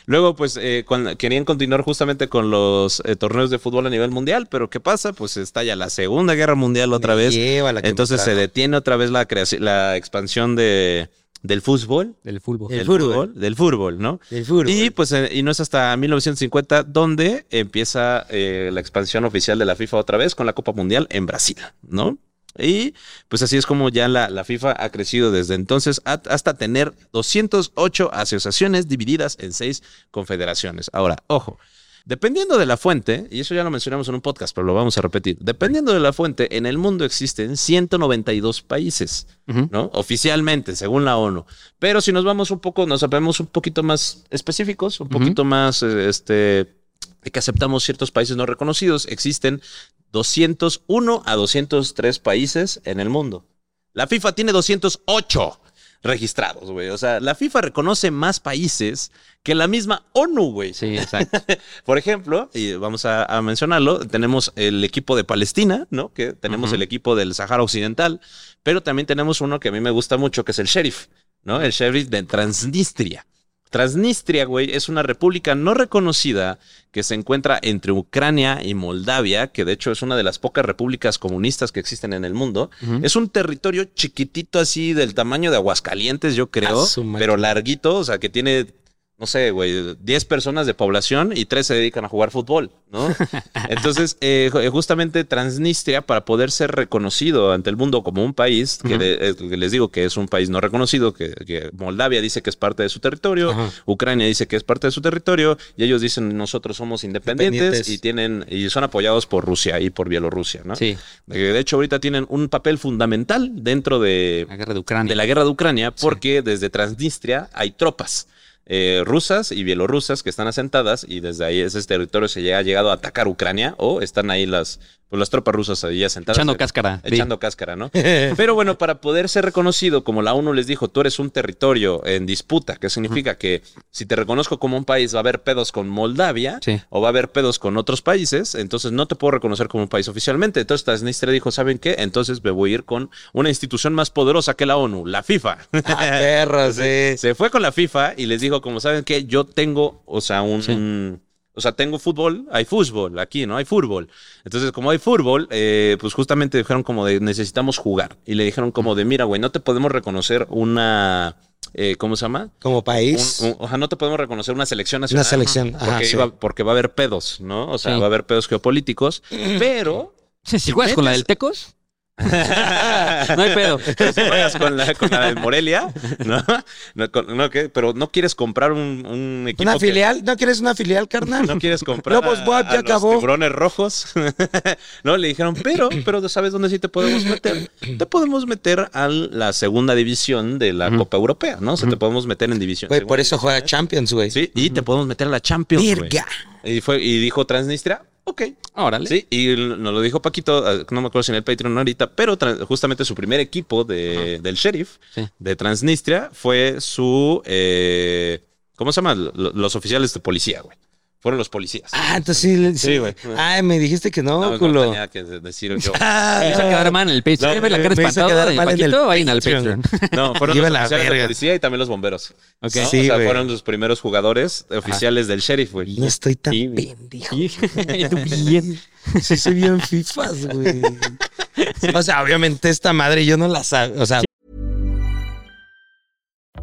Luego, pues, eh, cuando- querían continuar justamente con los eh, torneos de fútbol a nivel mundial, pero ¿qué pasa? Pues estalla la Segunda Guerra Mundial otra Me vez. lleva la que me Entonces se trajo. detiene otra vez la, creaci- la expansión de, del fútbol. Del fútbol. El del fútbol. Del fútbol, ¿no? El fútbol. Y pues eh, y no es hasta 1950 donde empieza eh, la expansión oficial de la FIFA otra vez con la Copa Mundial en Brasil, ¿no? Y pues así es como ya la, la FIFA ha crecido desde entonces a- hasta tener 208 asociaciones divididas en seis confederaciones. Ahora, ojo, dependiendo de la fuente, y eso ya lo mencionamos en un podcast, pero lo vamos a repetir, dependiendo de la fuente, en el mundo existen 192 países. Ujú. ¿no? Oficialmente, según la ONU. Pero si nos vamos un poco, nos sabemos un poquito más específicos, un Ujú. poquito más, eh, este, que aceptamos ciertos países no reconocidos, existen 201 a 203 países en el mundo. La FIFA tiene 208 registrados, güey. O sea, la FIFA reconoce más países que la misma ONU, güey. Sí, exacto. Por ejemplo, y vamos a, a mencionarlo, tenemos el equipo de Palestina, ¿no? Que tenemos Ujú. el equipo del Sahara Occidental, pero también tenemos uno que a mí me gusta mucho, que es el Sheriff, ¿no? El sheriff de Transnistria. Transnistria, güey, es una república no reconocida que se encuentra entre Ucrania y Moldavia, que de hecho es una de las pocas repúblicas comunistas que existen en el mundo. Ujú. Es un territorio chiquitito así del tamaño de Aguascalientes, yo creo, Ah, su madre. pero larguito, o sea, que tiene, no sé, güey, 10 personas de población y 3 se dedican a jugar fútbol, ¿no? (laughs) Entonces, eh, ju- justamente Transnistria, para poder ser reconocido ante el mundo como un país, que, Ujú. le- eh, que les digo que es un país no reconocido, que, que Moldavia dice que es parte de su territorio, Ajá. Ucrania dice que es parte de su territorio, y ellos dicen nosotros somos independientes, Independientes. y tienen, y son apoyados por Rusia y por Bielorrusia, ¿no? Sí, Eh, De hecho, ahorita tienen un papel fundamental dentro de, la guerra de Ucrania. de la guerra de Ucrania porque desde Transnistria hay tropas eh, rusas y bielorrusas que están asentadas y desde ahí ese territorio se llega- ha llegado a atacar Ucrania o están ahí las, pues, las tropas rusas ahí asentadas. Echando eh, cáscara. sí. Echando cáscara, (laughs) ¿no? (laughs) Pero bueno, para poder ser reconocido, como la ONU les dijo, tú eres un territorio en disputa, que significa que si te reconozco como un país va a haber pedos con Moldavia Sí. o va a haber pedos con otros países, entonces no te puedo reconocer como un país oficialmente. Entonces Transnistria dijo, ¿saben qué? Entonces me voy a ir con una institución más poderosa que la ONU, la FIFA. Ah, perra, sí. Se fue con la FIFA y les dijo, como saben que yo tengo, o sea, un... O sea, tengo fútbol, hay fútbol aquí, ¿no? Hay fútbol. Entonces, como hay fútbol, eh, pues justamente dijeron como de necesitamos jugar. Y le dijeron como de, mira, güey, no te podemos reconocer una... eh, ¿Cómo se llama? Como país. Un- un- o sea, no te podemos reconocer una selección una nacional. selección. Porque, Ajá, sí. iba- porque va a haber pedos, ¿no? O sea, Sí. va a haber pedos geopolíticos. Pero Sí, si juegas con la del Tecos, no hay (laughs) pedo. Pero si juegas con la, con la de Morelia, ¿no? No, con- no, ¿qué? Pero no quieres comprar un, un equipo. ¿Una que- filial? ¿No quieres una filial, carnal? (laughs) No quieres comprar No, pues, Bob, a ya los acabó. tiburones rojos. (laughs) no, le dijeron, pero, pero ¿sabes dónde sí te podemos meter? Te podemos meter a la segunda división de la Copa Europea, ¿no? O sea, te podemos meter en división. Güey, segunda. por eso juega Champions, güey. Sí, y te podemos meter a la Champions. güey. Virga. Y, fue, y dijo Transnistria, ok, Órale. Sí, y l- nos lo dijo Paquito, eh, no me acuerdo si en el Patreon ahorita, pero tra- justamente su primer equipo de, del sheriff Sí. de Transnistria fue su. eh, ¿Cómo se llama? Lo- Los oficiales de policía, güey. Fueron los policías. Ah, entonces sí. Sí, güey. Ay, me dijiste que no, No, no culo. Ah, tenía que de- decir (laughs) yo. Me hizo quedar mal en el Patreon. No, Ya ve la cara me hizo espantada quedar de mal en el Paquito, vayan al Patreon. Patreon. (laughs) No, fueron Iba los la oficiales de verga. policía y también los bomberos. Ok. ¿no? Sí, o sea, güey. fueron los primeros jugadores oficiales del sheriff, güey. No estoy tan Sí, (laughs) güey. pendejo. Y tú bien. (laughs) Sí, soy bien fifas, güey. O sea, obviamente esta madre yo no la sabía. O sea,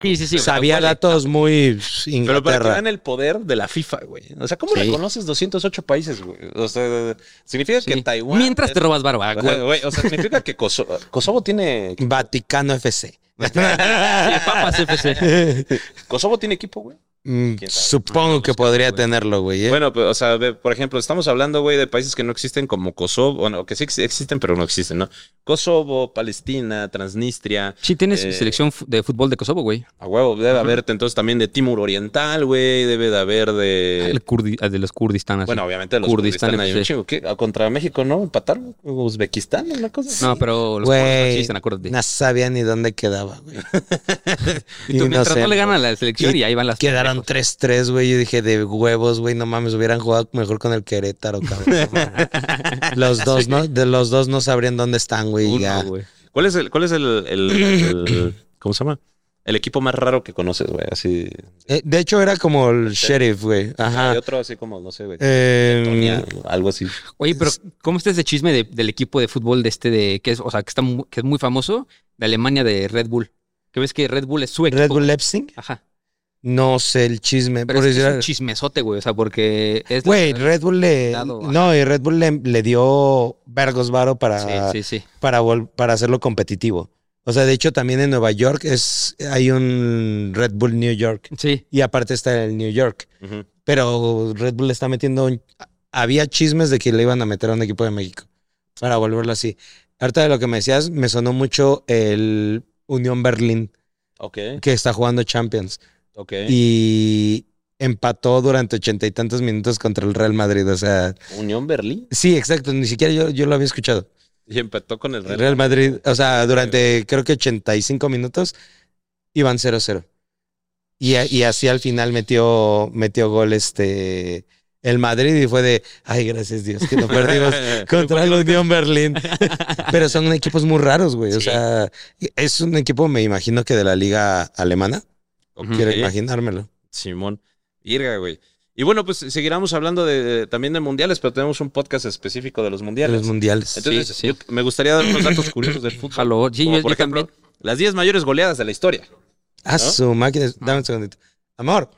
Sí, sí, sí. sabía Huele. datos muy Pero para que Inglaterra. vean el poder de la FIFA, güey. O sea, ¿cómo Sí. reconoces 208 países, güey? O sea, significa Sí. que Taiwán. Mientras te es- robas barba. Ajá, güey. güey, o sea, significa que Koso- Kosovo, tiene Vaticano (laughs) FC. Papas FC. Kosovo tiene equipo, güey. Mm, Supongo que podría tenerlo, güey. ¿eh? Bueno, pues, o sea, ve, por ejemplo, estamos hablando, güey, de países que no existen como Kosovo, bueno, que sí ex- existen, pero no existen, ¿no? Kosovo, Palestina, Transnistria, Sí, tienes Eh. selección fu- de fútbol de Kosovo, güey. a huevo, debe haber entonces también de Timur Oriental, güey, debe de haber de El Kurdi- el de los kurdistanes. Eh, bueno, obviamente los Kurdistán Kurdistán, hay un FC. chingo. ¿Qué? Ah, contra México, ¿no? Empataron Uzbekistán, una cosa. así. No, pero los kurdos no Güey, existen, acuérdate. no sabía ni dónde quedaba, güey. (laughs) Y tú, mientras no Inocente. le ganan a la selección y, ahí van las. Quedaron 3-3, güey. Yo dije, de huevos, güey, no mames, hubieran jugado mejor con el Querétaro, (laughs) cabrón. los dos, ¿no? De los dos no sabrían dónde están, güey. Uno, ya. güey. ¿Cuál es el, cuál es el, el- el- (clears throat) cómo se llama? El equipo más raro que conoces, güey, así. Eh, de hecho, era como el sheriff, güey. Ah, Hay Ajá. otro así como, no sé, güey. Mm, Eh, algo así. Oye, pero ¿cómo está ese chisme de- del equipo de fútbol de este de que es, o sea, que está mu- que es muy famoso de Alemania de Red Bull? Que ves que Red Bull es su equipo. Red Bull Leipzig. Ajá. No sé el chisme. Pero por es, que es decir- un chismesote, güey, o sea, porque es Güey, Red Bull le. Dado, ajá. No, y Red Bull le, le dio Vergos Varo para, Sí, sí, sí. Para, vol- para hacerlo competitivo. O sea, de hecho, también en Nueva York es, hay un Red Bull New York. Sí. Y aparte está el New York. Pero Red Bull le está metiendo. un- Había chismes de que le iban a meter a un equipo de México. Para volverlo así. Ahorita de lo que me decías, me sonó mucho el Unión Berlín, Ok, que está jugando Champions. ok. Y empató durante ochenta y tantos minutos contra el Real Madrid. O sea, Unión Berlín. sí, exacto. Ni siquiera yo, yo lo había escuchado. Y empató con el El Real. Real Madrid, o sea, durante creo que 85 minutos iban 0-0. Y, a- y así al final metió, metió gol este el Madrid y fue de, ay, gracias Dios (laughs) que no perdimos (laughs) contra el Unión Berlín. Pero son equipos muy raros, güey. O Sí. sea, es un equipo, me imagino que de la liga alemana. Ok. Quiero imaginármelo. Simón. Irga, güey. Y bueno, pues seguiremos hablando de, de- también de mundiales, pero tenemos un podcast específico de los De mundiales. los mundiales. Entonces, Sí, sí. yo- me gustaría dar unos datos curiosos del fútbol. Jalo. Sí, Como, yo, por yo ejemplo, también. las 10 mayores goleadas de la historia. Ah, su máquina. Dame un segundito. Amor,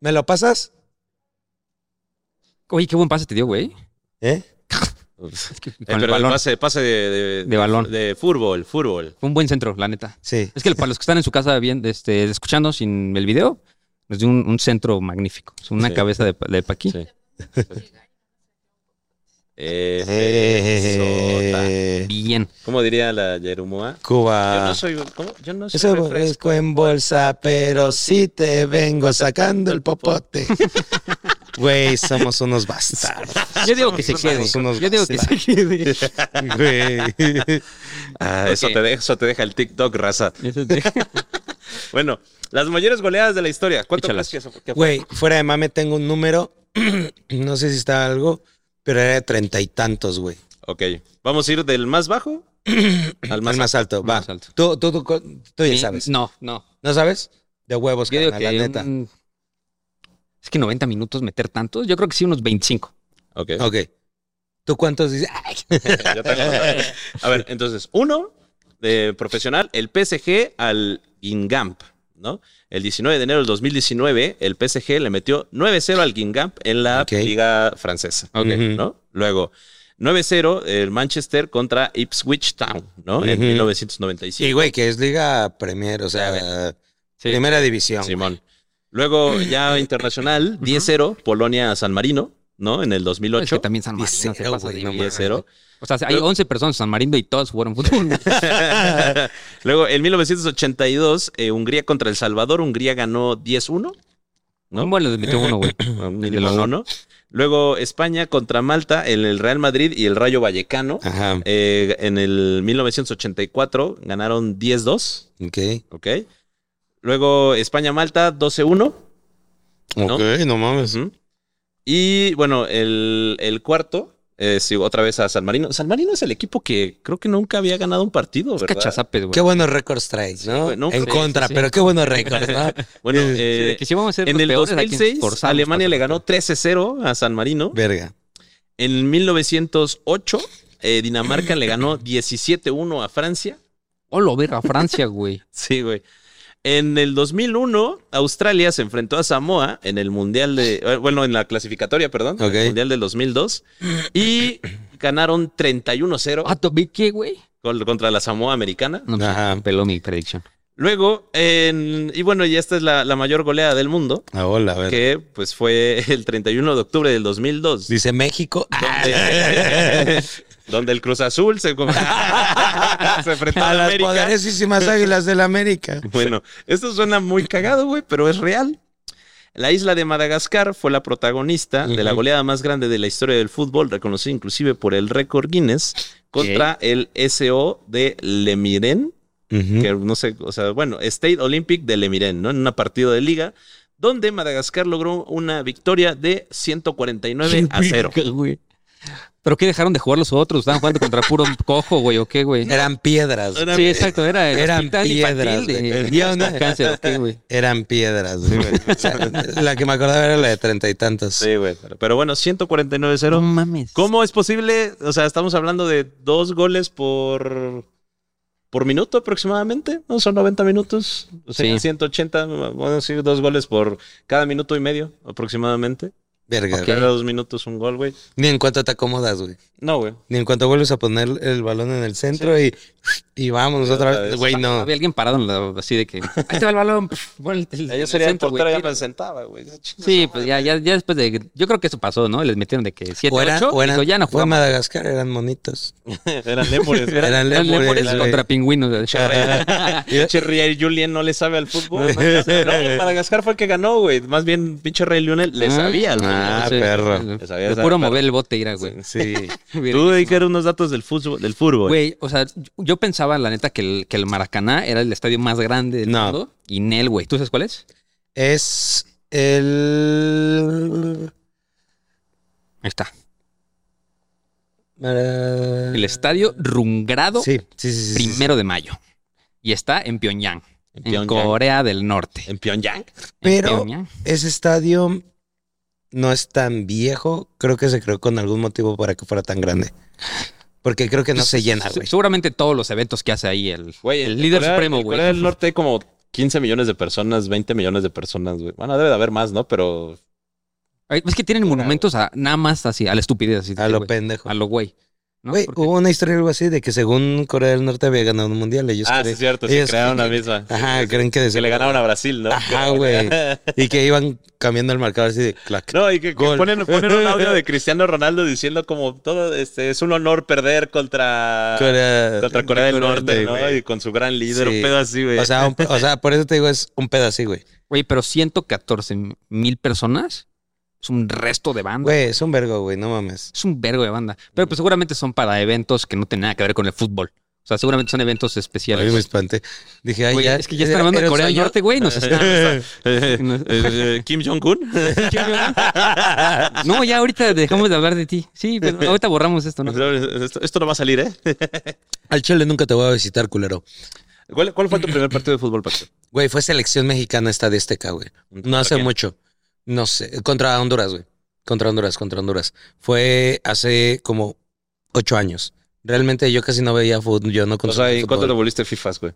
¿me lo pasas? Oye, qué buen pase te dio, güey. ¿Eh? Es que con Eh, el pero el balón. pase, pase de, De balón. De fútbol, fútbol. Fue un buen centro, la neta. Sí. Es que para los que están en su casa bien, este, escuchando sin el video, nos dio un, un centro magnífico. Es una Sí. cabeza de, pa- de Paquí. Sí. Eh, Eh, Bien. ¿Cómo diría la Yerumoa? Cuba. Yo no soy. ¿cómo? Yo no soy. Eso lo refresco. ofrezco en bolsa, pero sí te vengo sacando el popote. Güey, somos unos bastardos. Yo digo que se quede. Somos unos Yo digo que se quede. Güey. Ah, eso, Ok. te deja, eso te deja el TikTok, raza. Bueno, las mayores goleadas de la historia. ¿Cuánto Échalas. crees que eso- que fue? Güey, fuera de mame tengo un número. (clears throat) No sé si está algo, pero era de treinta y tantos, güey. Ok. Vamos a ir del (clears throat) más bajo al Al más, más, alto, va. más alto. Tú, tú, tú, tú ya sabes. No, no. ¿No sabes? De huevos, Yo digo carnal, que. la neta. un- es que 90 minutos meter tantos. Yo creo que sí, unos 25. Ok. (laughs) Ok. ¿Tú cuántos dices? Ay, Yo tengo- a ver, entonces, uno de profesional, el PSG al Gingamp, ¿no? El 19 de enero del 2019, el PSG le metió 9-0 al Gingamp en la Ok. liga francesa, Ujú. ¿no? Luego, 9-0 el Manchester contra Ipswich Town, ¿no? En Ujú. Y, 1995. güey, que es Liga Premier, o sea, primera división. Simón. Luego, ya internacional, 10-0 Polonia a San Marino, ¿no? En el Es que 2008. también San Marino se Cero, pasa güey, de no bien. 10-0. O sea, hay 11 personas en San Marino y todas jugaron fútbol. (laughs) Luego, en 1982, eh, Hungría contra El Salvador. Hungría ganó 10-1. ¿no? Un buen les metió uno, güey. Mínimo no, ¿no? Luego, España contra Malta en el Real Madrid y el Rayo Vallecano. Ah. Ajá. Eh, en el 1984 ganaron 10-2. Ok. ¿Ok? Luego, España-Malta 12-1. ¿No? Ok, no mames. Ujú. Y bueno, el, el cuarto. eh, sí, otra vez a San Marino. San Marino es el equipo que creo que nunca había ganado un partido, Es ¿verdad? cachazapes, Qué güey. buenos récords traes, ¿no? güey, no, en sí, contra, sí, sí. pero qué buenos récords, ¿no? Bueno, Sí, eh, Que si vamos a ser En los el peores, hay que 2006, esforzarnos Alemania para- le ganó 13-0 a San Marino. Verga. En 1908, eh, Dinamarca le ganó 17-1 a Francia. Oh, lo verga, Francia, güey. Sí, güey. En el 2001, Australia se enfrentó a Samoa en el Mundial de... eh, Bueno, en la clasificatoria, perdón. en Ok. El Mundial del 2002. Y ganaron 31-0 Ah, ¿tomé qué, güey? col- contra la Samoa americana. No, pues, Ajá. peló mi predicción. Luego, en- y bueno, y esta es la, la mayor goleada del mundo, Ah, hola, a ver. que pues fue (laughs) el 31 de octubre del 2002. Dice México. donde, (laughs) donde el Cruz Azul se, (laughs) se enfrentó A a la las América. poderosísimas águilas del América. Bueno, esto suena muy cagado, güey, pero es real. La isla de Madagascar fue la protagonista de la Ujú. goleada más grande de la historia del fútbol, reconocida inclusive por el récord Guinness, contra el SO de Lemiren, Ujú. que no sé, o sea, bueno, State Olympic de Lemiren, ¿no? En una partida de liga, donde Madagascar logró una victoria de 149 a 0. Verga, güey. ¿Pero qué dejaron de jugar los otros? Estaban jugando contra puro cojo, güey, ¿o qué, güey? Eran piedras. Era- Sí, exacto, era el Eran hospital infantil piedras, de- güey. de hasta cáncer, ¿o qué, güey? Eran piedras. güey. O sea, la que me acordaba era la de treinta y tantos. Sí, güey. pero- Pero bueno, 149 a 0. No mames. ¿Cómo es posible? O sea, estamos hablando de dos goles por, por minuto aproximadamente, ¿no? Son 90 minutos, o sea, Sí. 180, vamos a decir dos goles por cada minuto y medio aproximadamente. Verga. Ok. güey. Cada dos minutos un gol, güey. Ni en cuanto te acomodas, güey. No, güey. Ni en cuanto vuelves a poner el balón en el centro y Y vámonos otra vez. Güey, no. Había alguien parado en la- así de que. Ahí te va el balón. pf, pon el- el- Yo sería el centro, güey, portero, ya tira. me sentaba, güey. Sí, pues ya, ya, ya después de. Yo creo que eso pasó, ¿no? Les metieron de que 7, O eran, 8. o eran- ya no fue jugamos. Madagascar, eran monitos. (laughs) Eran lémures. Eran Eran Eran lémures, Lemures güey. contra pingüinos. de (laughs) Charrea. Pinche Ray Julien no le sabe al fútbol. No, Madagascar fue el que ganó, güey. Más bien, pinche Ray Julien le sabía al fútbol. Ah, Sí. perro. Le sabía, De sabía, puro perro. mover el bote, irá, güey. (laughs) (laughs) Sí. Tú, hay que dar unos datos del fútbol. Del Pues. fútbol. Güey, o sea, yo- yo pensaba, la neta, que el, que el Maracaná era el estadio más grande del No. mundo. Y Nel, güey. ¿Tú sabes cuál es? Es el. Ahí está. Mara- El estadio Rungrado, Sí, sí, sí, sí, sí. primero de mayo. Y está en Pyongyang, en, Pyongyang. Corea del Norte. En Pyongyang. En Pero Pyongyang. ese estadio no es tan viejo. Creo que se creó con algún motivo para que fuera tan grande. Porque creo que no se llena, Pues, Se- güey. Seguramente todos los eventos que hace ahí el, Güey, el en líder Corea- supremo, en güey. Corea del Norte hay como 15 millones de personas, 20 millones de personas, güey. Bueno, debe de haber más, ¿no? Pero Ay, Es que tienen monumentos a nada más así, a la estupidez. Así, A lo güey. pendejo. A lo güey. ¿no? Güey, Porque- hubo una historia algo así de que según Corea del Norte había ganado un mundial. Ellos ah, sí, creen- es cierto, se ellos- crearon la misma. Ajá, creen que Que le ganaron a Brasil, Ah, ¿no? Ajá, güey. Y que iban cambiando el marcador así de clac. No, y que, que Gol. ponen, ponen (laughs) un audio de Cristiano Ronaldo diciendo como todo, este, es un honor perder contra Corea, Corea- contra Corea del Norte, ¿no? güey. Y con su gran líder, Sí. un pedo así, güey. O sea, un- o sea, por eso te digo, es un pedo así, güey. Güey, pero 114 mil personas es un resto de banda. Güey, es un vergo, güey, no mames. Es un vergo de banda. Pero pues seguramente son para eventos que no tienen nada que ver con el fútbol. O sea, seguramente son eventos A mí especiales. me espanté. Dije, ay, Güey, pues, ya. es que ya están era- hablando de era un Corea del sueño. Norte, (laughs) güey. Nos están... (laughs) Eh, eh, eh, Kim Jong-un. No, ya ahorita dejamos de hablar de ti. Sí, pero ahorita borramos esto, ¿no? (laughs) esto, esto no va a salir, ¿eh? Al Chile nunca te voy a visitar, culero. ¿Cuál, cuál fue tu primer partido de fútbol, Paco? Güey, fue selección mexicana esta de Azteca, güey. No ¿Contra hace quién? mucho. No sé. Contra Honduras, güey. Contra Honduras, contra Honduras. Fue hace como ocho años. Realmente yo casi no veía fútbol. Yo no O sea, consumía ¿en cuánto te fútbol. volviste FIFAs, güey?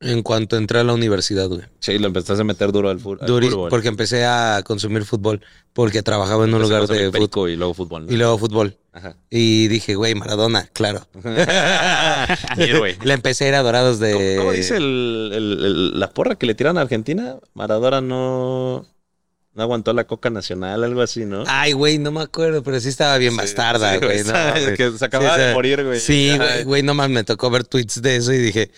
En cuanto entré a la universidad, güey. Sí, lo empezaste a meter duro al, fu- al Duri- fútbol. porque empecé a consumir fútbol. Porque trabajaba en un Empecé a lugar consumir de fútbol. perico y luego fútbol. ¿no? Y luego fútbol. (laughs) Ajá. Y dije, güey, Maradona, claro. Ayer, güey. Le empecé a ir a Dorados de. ¿Cómo, cómo dice el- el- el- la porra que le tiran a Argentina? Maradona no, no aguantó la coca nacional, algo así, ¿no? Ay, güey, no me acuerdo, pero sí estaba bien Ah, bastarda, sí, güey, güey. (laughs) no estaba- mames. que se acababa de o sea, morir, güey. Sí, Ay. güey, güey, no mames, me tocó ver tweets de eso y dije,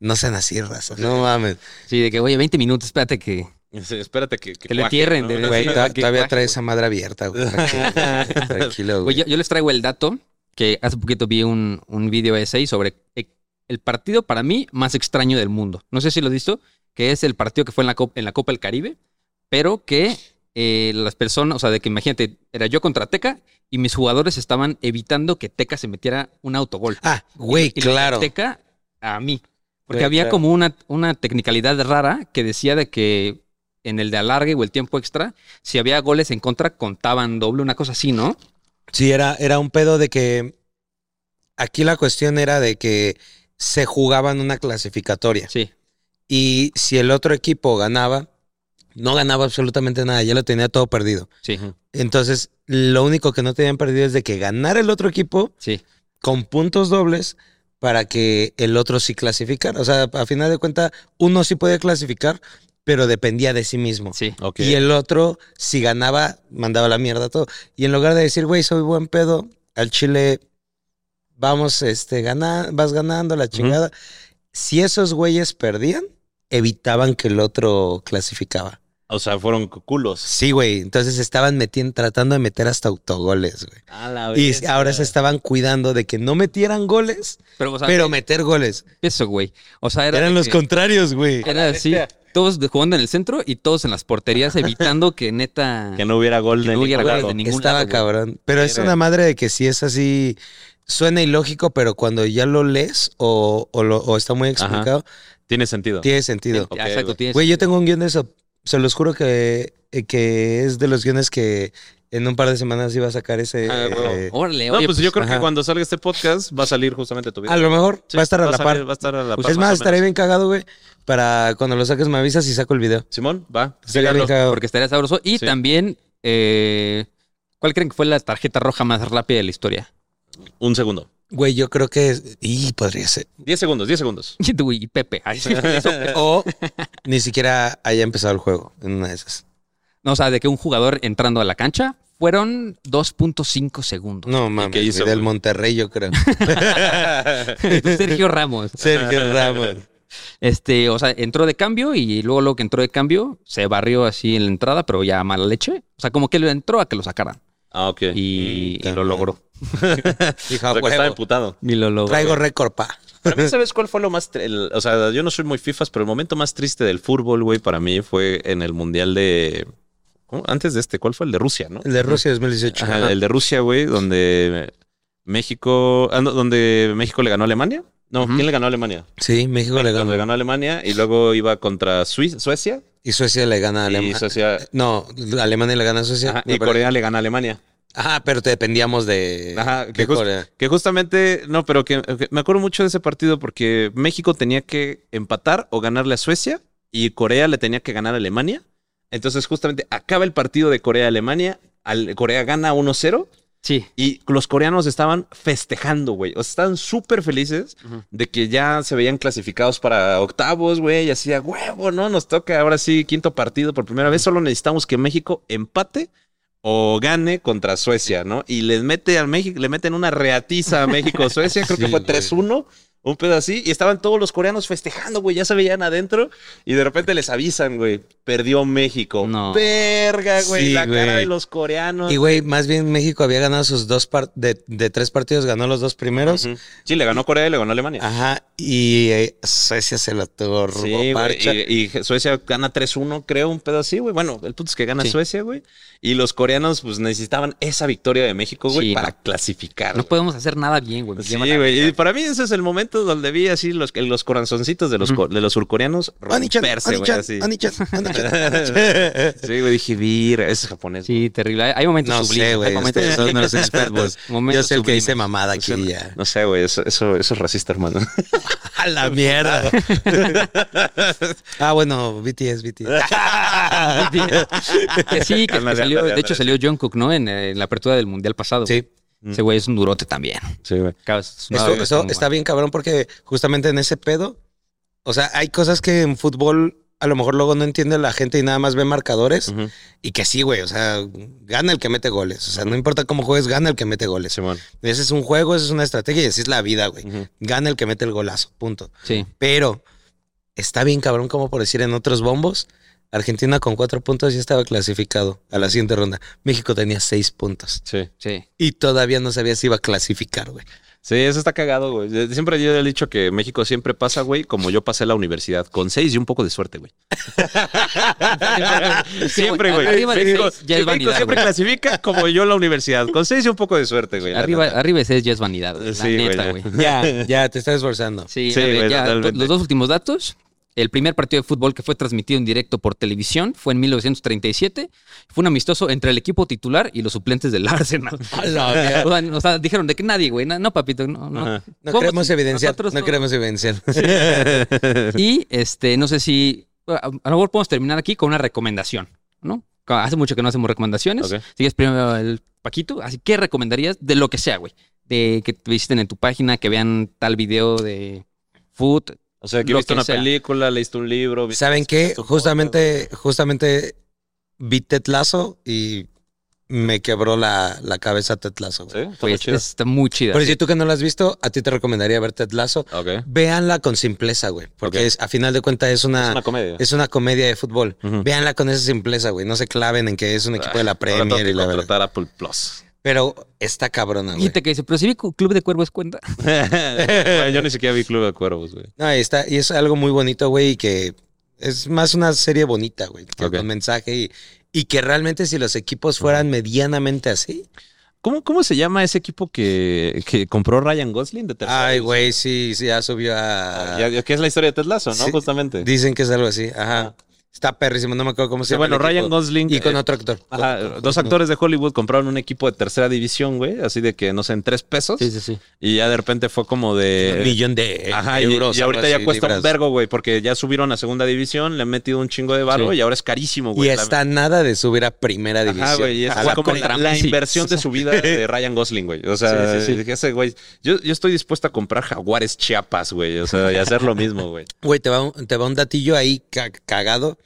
no sean así, raza, no mames. Sí, de que, oye, 20 minutos, espérate que... Sí, espérate que, Que le cuaje, entierren, de- Güey, Sí, to- ah, qué todavía guaje, trae güey. esa madre abierta, (laughs) güey. Tranquilo, güey, Tranquilo, Güey, güey. yo, yo les traigo el dato que hace poquito vi un, un video ese sobre e- el partido para mí más extraño del mundo. No sé si lo has visto, que es el partido que fue en la, Cop- en la Copa del Caribe, pero que eh, las personas, o sea, de que imagínate, era yo contra Teca y mis jugadores estaban evitando que Teca se metiera un autogol. Ah, güey, Y le claro. Teca a mí. Porque Güey, había claro. como una, una tecnicalidad rara que decía de que en el de alargue o el tiempo extra, si había goles en contra, contaban doble, una cosa así, ¿no? Sí, era, era un pedo de que. Aquí la cuestión era de que se jugaban una clasificatoria. Sí. Y si el otro equipo ganaba, no ganaba absolutamente nada, ya lo tenía todo perdido. Sí, Entonces, lo único que no tenían perdido es de que ganara el otro equipo sí. con puntos dobles para que el otro sí clasificara. O sea, a final de cuentas, uno sí podía clasificar, pero dependía de sí mismo. Sí. Ok. Y el otro, si ganaba, mandaba la mierda todo. Y en lugar de decir, güey, soy buen pedo, al Chile vamos, este, ganar, vas ganando la chingada. Si esos güeyes perdían, evitaban que el otro clasificaba. O sea, fueron culos. Sí, güey. Entonces estaban metiendo, tratando de meter hasta autogoles, güey. Y ahora se estaban cuidando de que no metieran goles, Pero, o sea, pero meter goles. eso, güey. O sea, era Eran de los que- contrarios, güey. Era así. Todos de- jugando en el centro y todos en las porterías, evitando que neta. Que no hubiera gol que de no hubiera ningún goles lado. de ningún Estaba lado, güey. cabrón. Pero es Era. una madre de que sí es así. Suena ilógico, pero cuando ya lo lees o, o lo- o está muy explicado, Tiene sentido. tiene sentido. Ok, Ah, Exacto, güey. tienes. Güey, yo tengo un guión de eso. Se los juro que, eh, que es de los guiones que en un par de semanas iba a sacar ese. Ah, huevo. eh, Órale, No, oye, pues, yo creo ajá. que cuando salga este podcast va a salir justamente tu vida. a lo mejor Sí, va a estar a la salir- par. Pues Va a estar a la par. es más, o estaré menos. bien cagado, güey. Para cuando lo saques me avisas y saco el video. Simón, va. Estaría bien síganlo. cagado. Porque estaría sabroso. Y Sí. también, eh, ¿cuál creen que fue la tarjeta roja más rápida de la historia? (laughs) Un segundo. Güey, yo creo que. es- Y podría (laughs) ser. 10 segundos, 10 segundos. Y tú, y Pepe. Ay, (laughs) sí. O ni siquiera haya empezado el juego en una de esas. No, o sea, de que un jugador entrando a la cancha fueron 2.5 segundos. No mames. qué güey, hizo, del güey? Monterrey, yo (laughs) creo. Sergio Ramos. (laughs) Sergio Ramos. Este, o sea, entró de cambio y luego lo que entró de cambio se barrió así en la entrada, pero ya a mala leche. O sea, como que lo entró a que lo sacaran. Ah, ok. Y, Mm, y lo logró. Dijo, O "A sea, que estaba huevo, emputado. Y lo logró. Traigo récord, pa. Para mí, ¿sabes cuál fue lo más... tr- el- o sea, yo no soy muy FIFAs, pero el momento más triste del fútbol, güey, para mí fue en el Mundial de... ¿cómo? Antes de este, ¿cuál fue? El de Rusia, ¿no? El de Rusia 2018. Ajá, el de Rusia, güey, donde México... ah, no, donde México le ganó a Alemania. No, ¿quién le ganó a Alemania? Sí, México le Le ganó. ganó a Alemania y luego iba contra Sui- Suecia. Y Suecia le gana a Y Alemania. (laughs) Suecia... No, Alemania le gana a Suecia. Ajá, No, y pero- Corea le gana a Alemania. Ajá, pero te dependíamos de, Ajá, de que, jus- Corea. que justamente, no, pero que, que me acuerdo mucho de ese partido porque México tenía que empatar o ganarle a Suecia y Corea le tenía que ganar a Alemania. Entonces, justamente acaba el partido de Corea-Alemania, al- Corea gana 1-0 Sí. y los coreanos estaban festejando, güey. O sea, estaban súper felices de que ya se veían clasificados para octavos, güey. Y así, a huevo, ¿no? Nos toca ahora sí quinto partido por primera vez. Solo necesitamos que México empate o gane contra Suecia, ¿no? Y les mete al México, le meten una reatiza (laughs) a México-Suecia, creo que Sí, fue güey. 3-1. Un pedo así, y estaban todos los coreanos festejando, güey, ya se veían adentro, y de repente les avisan, güey, perdió México. No. Verga, güey, Sí, la cara güey. de los coreanos. Y güey, más bien México había ganado sus dos par- de, de tres partidos, ganó los dos primeros. Ujú. Sí, le ganó Corea y le ganó Alemania. Ajá, y eh, Suecia se la tuvo Sí, güey, parcha. Y, y Suecia gana 3-1, creo, un pedo así, güey. Bueno, el punto es que gana Sí. Suecia, güey. Y los coreanos, pues, necesitaban esa victoria de México, güey, Sí, para no. clasificar. No güey. podemos hacer nada bien, güey. Me Sí, llama la- güey. Y para mí ese es el momento donde vi así los, los corazoncitos de los, co- de los surcoreanos Oni-chan, romperse, güey. Oni-chan, así. Oni-chan, (laughs) Oni-chan. Sí, güey, dije, mira, ese es japonés. güey". Sí, terrible. Hay, hay momentos No sublimes, sé, güey. hay momentos ustedes Son los Pues, expertos. (laughs) Yo (laughs) Momentos sé el que sublimes. dice mamada aquí ya. No sé, güey, eso, eso, eso es racista, hermano. A la mierda. (laughs) ah, bueno, BTS, BTS. (laughs) que sí, que, que Ándale, salió, ándale, de hecho salió Jungkook, ¿no? En, eh, en la apertura del Mundial pasado. Sí. Ese güey es un durote también. Sí, güey. Claro, es una- Esto, es esto un- está bien cabrón porque justamente en ese pedo, o sea, hay cosas que en fútbol a lo mejor luego no entiende la gente y nada más ve marcadores Ujú. y que sí, güey, o sea, gana el que mete goles, o sea, no importa cómo juegues, gana el que mete goles. Simón. Ese es un juego, esa es una estrategia y así es la vida, güey. Ujú. Gana el que mete el golazo, punto. Sí. Pero está bien cabrón como por decir en otros bombos, Argentina con cuatro puntos ya estaba clasificado a la siguiente ronda. México tenía seis puntos Sí. Sí. y todavía no sabía si iba a clasificar, güey. Sí, eso está cagado, güey. Yo- Siempre yo he dicho que México siempre pasa, güey, como yo pasé la universidad, con seis y un poco de suerte, (laughs) güey. siempre, güey. Arriba de México, seis ya es México vanidad, siempre güey. clasifica como yo la universidad, con seis y un poco de suerte, güey. la Arriba, neta. arriba de seis ya es vanidad, güey. La Sí, güey, neta, ya. güey. Ya, ya, te estás esforzando. Sí, Sí, a ver, güey, ya, totalmente. los dos últimos datos. El primer partido de fútbol que fue transmitido en directo por televisión fue en 1937. Fue un amistoso entre el equipo titular y los suplentes del (laughs) Arsenal. o, sea, o sea, dijeron de que nadie, güey. na- No, papito, no, no. Ajá. No Vamos, queremos evidenciar, nosotros no no. queremos evidenciar. Y este, no sé si. A, a lo mejor podemos terminar aquí con una recomendación, ¿no? Hace mucho que no hacemos recomendaciones. Ok. Si quieres primero el Paquito, así que recomendarías de lo que sea, güey. De que te visiten en tu página, que vean tal video de food. O sea, que Lo viste que una sea. película, leíste un libro. viste- ¿Saben qué? tu Justamente, justamente vi Tetlazo y me quebró la, la cabeza Tetlazo. Sí, está muy Pues, chido. está muy chida. Pero si tú que no lo has visto, a ti te recomendaría ver Tetlazo. Ok. Véanla con simpleza, güey. Porque Ok. es- a final de cuentas es una, Es una comedia. es una comedia de fútbol. Ujú. Véanla con esa simpleza, güey. No se claven en que es un equipo de la Mm. Ah, Ahora tengo Premier que y la verdad. contratar Apple Plus. (laughs) Pero está cabrona, güey. Gente que dice, pero si vi cu- Club de Cuervos cuenta. Güey, yo ni siquiera vi Club de Cuervos, güey. No, y está, y es algo muy bonito, güey, y que es más una serie bonita, güey, que Ok. Mm. con mensaje y, y que realmente si los equipos fueran medianamente así. ¿Cómo, ¿Cómo se llama ese equipo que, que compró Ryan Gosling de tercera Ay, división? güey, sí, sí, ya subió a... Ah, Ya- ya- Que es la historia de Ted Lasso, ¿no? Sí. Justamente. Dicen que es algo así, ajá. Está perrísimo, no me acuerdo cómo se Ah. Sí, llama. el bueno, Ryan equipo. Gosling, Y con eh, otro actor. Ajá, dos actores de Hollywood compraron un equipo de tercera división, güey, así de que, no sé, en tres pesos. Sí, sí, sí. Y ya de repente fue como de... Un billón de Ajá, y- euros. y, ahorita algo ya así, cuesta un libras. vergo, güey, porque ya subieron a segunda división, le han metido un chingo de barro Sí. y ahora es carísimo, Y güey. La- está nada de subir a primera división. Ajá, güey, y es A fue la como contra la, la Messi. inversión de su vida de Ryan Gosling, güey. O sea, Sí, sí, sí. dije, ese güey, yo, yo estoy dispuesto a comprar Jaguares Chiapas, güey, o sea, y hacer lo mismo, (laughs) güey. Güey, te va un, te va un datillo ahí ca- cagado.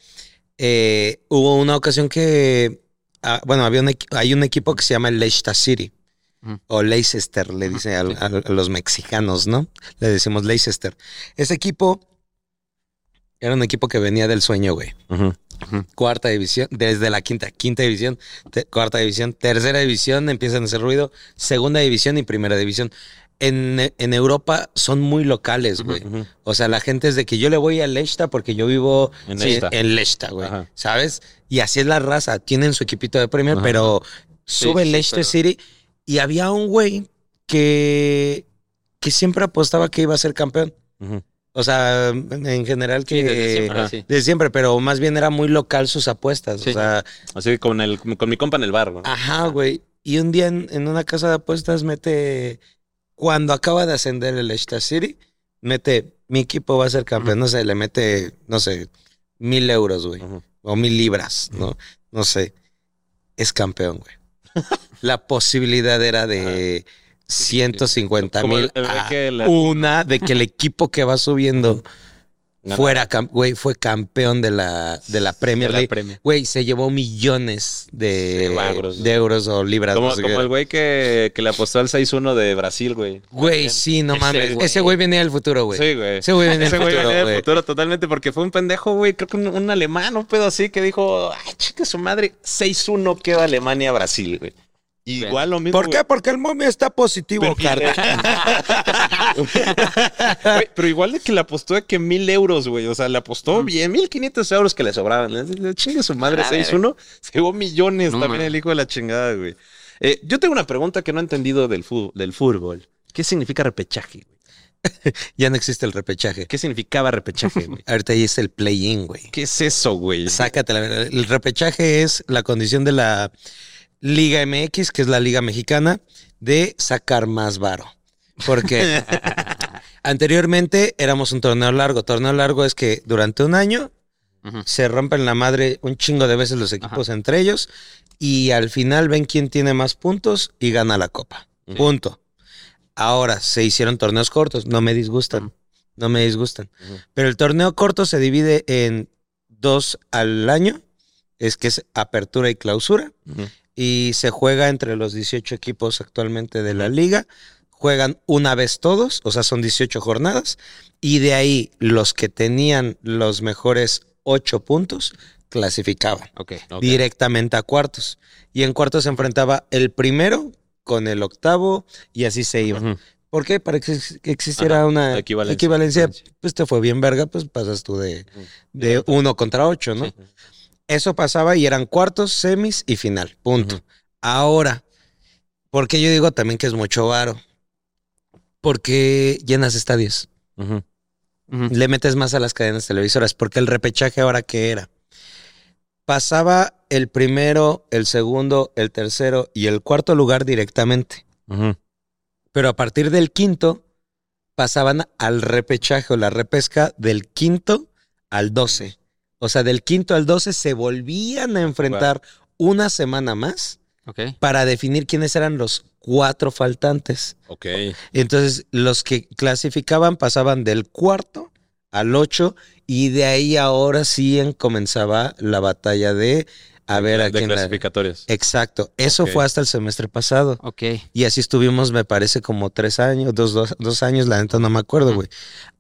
Eh, hubo una ocasión que, ah, bueno, había un, equi- hay un equipo que se llama el Leicester City. Ujú. O Leicester, le dicen al- al- a, los mexicanos, ¿no? Le decimos Leicester. Ese equipo era un equipo que venía del sueño, güey. Cuarta división, desde la quinta, quinta división, te- cuarta división, tercera división, empiezan a hacer ruido, segunda división y primera división. En, en Europa son muy locales, güey. Ujú. O sea, la gente es de que yo le voy a Lechta porque yo vivo En sí, Lechta. en Lechta, güey. Ajá. ¿Sabes? Y así es la raza. Tienen su equipito de Premier, Ajá. pero sube sí, Leicester pero- City. Y había un güey que, que siempre apostaba que iba a ser campeón. Ujú. O sea, en general que... Sí, desde siempre, ajá. sí. de siempre, pero más bien era muy local sus apuestas. Sí. O sea, Así que con, el, con mi compa en el bar, güey. ajá, güey. Y un día en, en una casa de apuestas mete... Cuando acaba de ascender el Leicester City, mete... Mi equipo va a ser campeón. No sé, le mete, no sé, mil euros, güey. Ujú. O mil libras, ¿no? No sé. Es campeón, güey. (laughs) La posibilidad era de... 150 Como mil Ah, uh, el- el a que la- una de que el equipo que va subiendo Nada. fuera, cam- güey, fue campeón de la, de la Premier De la League. Premier. Güey, se llevó millones de, De euros. de euros o libras. Como, no sé como qué. el güey que, que le apostó al 6-1 de Brasil, güey. Güey, sí, no Ese mames. güey. Ese güey venía del futuro, güey. Sí, güey. Ese güey venía Ese del güey futuro, venía del güey. futuro totalmente porque fue un pendejo, güey. Creo que un, un alemán, un pedo así, que dijo, ay, chica su madre, 6-1 queda Alemania-Brasil, güey. Igual lo mismo. ¿Por qué? Porque el momio está positivo, carnal. güey. Güey, pero igual de que le apostó de que mil euros, güey. O sea, le apostó bien, mil quinientos euros que le sobraban. Le- le- Chingue su madre, 6-1. Se llevó millones No, también man. el hijo de la chingada, güey. Eh, yo tengo una pregunta que no he entendido del, fu- del fútbol. ¿Qué significa repechaje? güey? (laughs) Ya no existe el repechaje. ¿Qué significaba repechaje, güey? Ahorita ahí es el play-in, güey. (laughs) ¿Qué es eso, güey? Sácate la verdad. El repechaje es la condición de la Liga MX, que es la Liga Mexicana, de sacar más varo. (laughs) Porque anteriormente éramos un torneo largo. Torneo largo es que durante un año Ujú. se rompen la madre un chingo de veces los equipos entre ellos y al final ven quién tiene más puntos y gana la copa. Punto. Ahora se hicieron torneos cortos, no me disgustan, Ujú. no me disgustan. Ujú. Pero el torneo corto se divide en dos al año, es que es apertura y clausura, Ujú. y se juega entre los 18 equipos actualmente de la liga. Juegan una vez todos, o sea, son 18 jornadas, y de ahí los que tenían los mejores 8 puntos clasificaban Ok. Ok. directamente a cuartos. Y en cuartos se enfrentaba el primero con el octavo y así se iba. Ujú. ¿Por qué? Para que ex- que existiera Ajá, una equivalencia. equivalencia. Pues te fue bien verga, pues pasas tú de, Ujú. de uno contra ocho, ¿no? Sí. Eso pasaba y eran cuartos, semis y final. Punto. Ahora, porque yo digo también que es mucho varo? Porque llenas estadios. Ujú. Ujú. Le metes más a las cadenas televisoras, porque el repechaje ahora que era. Pasaba el primero, el segundo, el tercero y el cuarto lugar directamente. Ujú. Pero a partir del quinto, pasaban al repechaje o la repesca del quinto al doce. O sea, del quinto al doce se volvían a enfrentar una semana más Ok. para definir quiénes eran los cuatro faltantes. Ok. Entonces, los que clasificaban pasaban del cuarto al ocho y de ahí ahora sí en- comenzaba la batalla de a ver a de quién la- clasificatorios. Exacto, eso Ok. fue hasta el semestre pasado. Ok. Y así estuvimos, me parece, como tres años, dos, dos, dos años, la neta no me acuerdo, güey.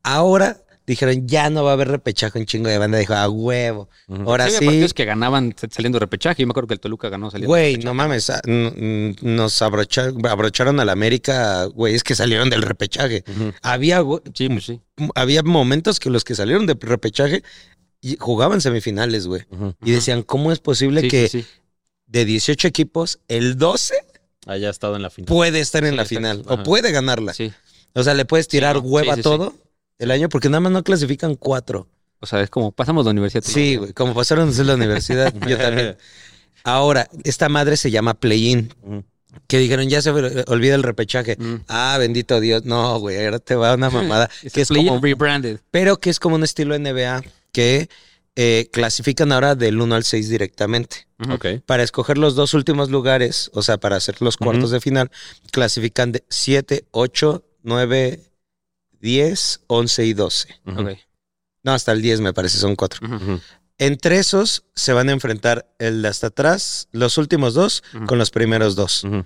Ahora dijeron, ya no va a haber repechaje, un chingo de banda dijo, a huevo. Ujú. Ahora Sí, había sí, partidos que ganaban saliendo de repechaje. Yo me acuerdo que el Toluca ganó saliendo. güey, no mames, a- n- n- nos abrocharon, abrocharon al América, güey, es que salieron del repechaje. Ujú. Había, güey, Sí, pues sí. había momentos que los que salieron de repechaje y- jugaban semifinales, güey. Ujú. Y decían, ¿cómo es posible Sí, que sí, sí. de 18 equipos, el 12 Haya estado en la final. puede estar en Sí, la está- final ajá. o puede ganarla? Sí. O sea, le puedes tirar ¿no? hueva Sí, sí, sí. todo el año porque nada más no clasifican cuatro. O sea, es como pasamos la universidad. Sí, (laughs) güey, como pasaron desde la universidad, yo también. Ahora, esta madre se llama play-in. Ujú. Que dijeron, ya se olvida el repechaje. Mm. Ah, bendito Dios. No, güey, ahora te va una (laughs) mamada. Es que es play como, rebranded. pero que es como un estilo NBA que eh, clasifican ahora del 1 al 6 directamente. Ujú. (laughs) Ok. Para escoger los dos últimos lugares, o sea, para hacer los cuartos de final, clasifican de 7, 8, 9, 10, 11 y 12. Ujú. Ok. No, hasta el 10 me parece, son cuatro. Ujú. Entre esos se van a enfrentar el de hasta atrás, los últimos dos, Ujú. con los primeros dos. Ujú.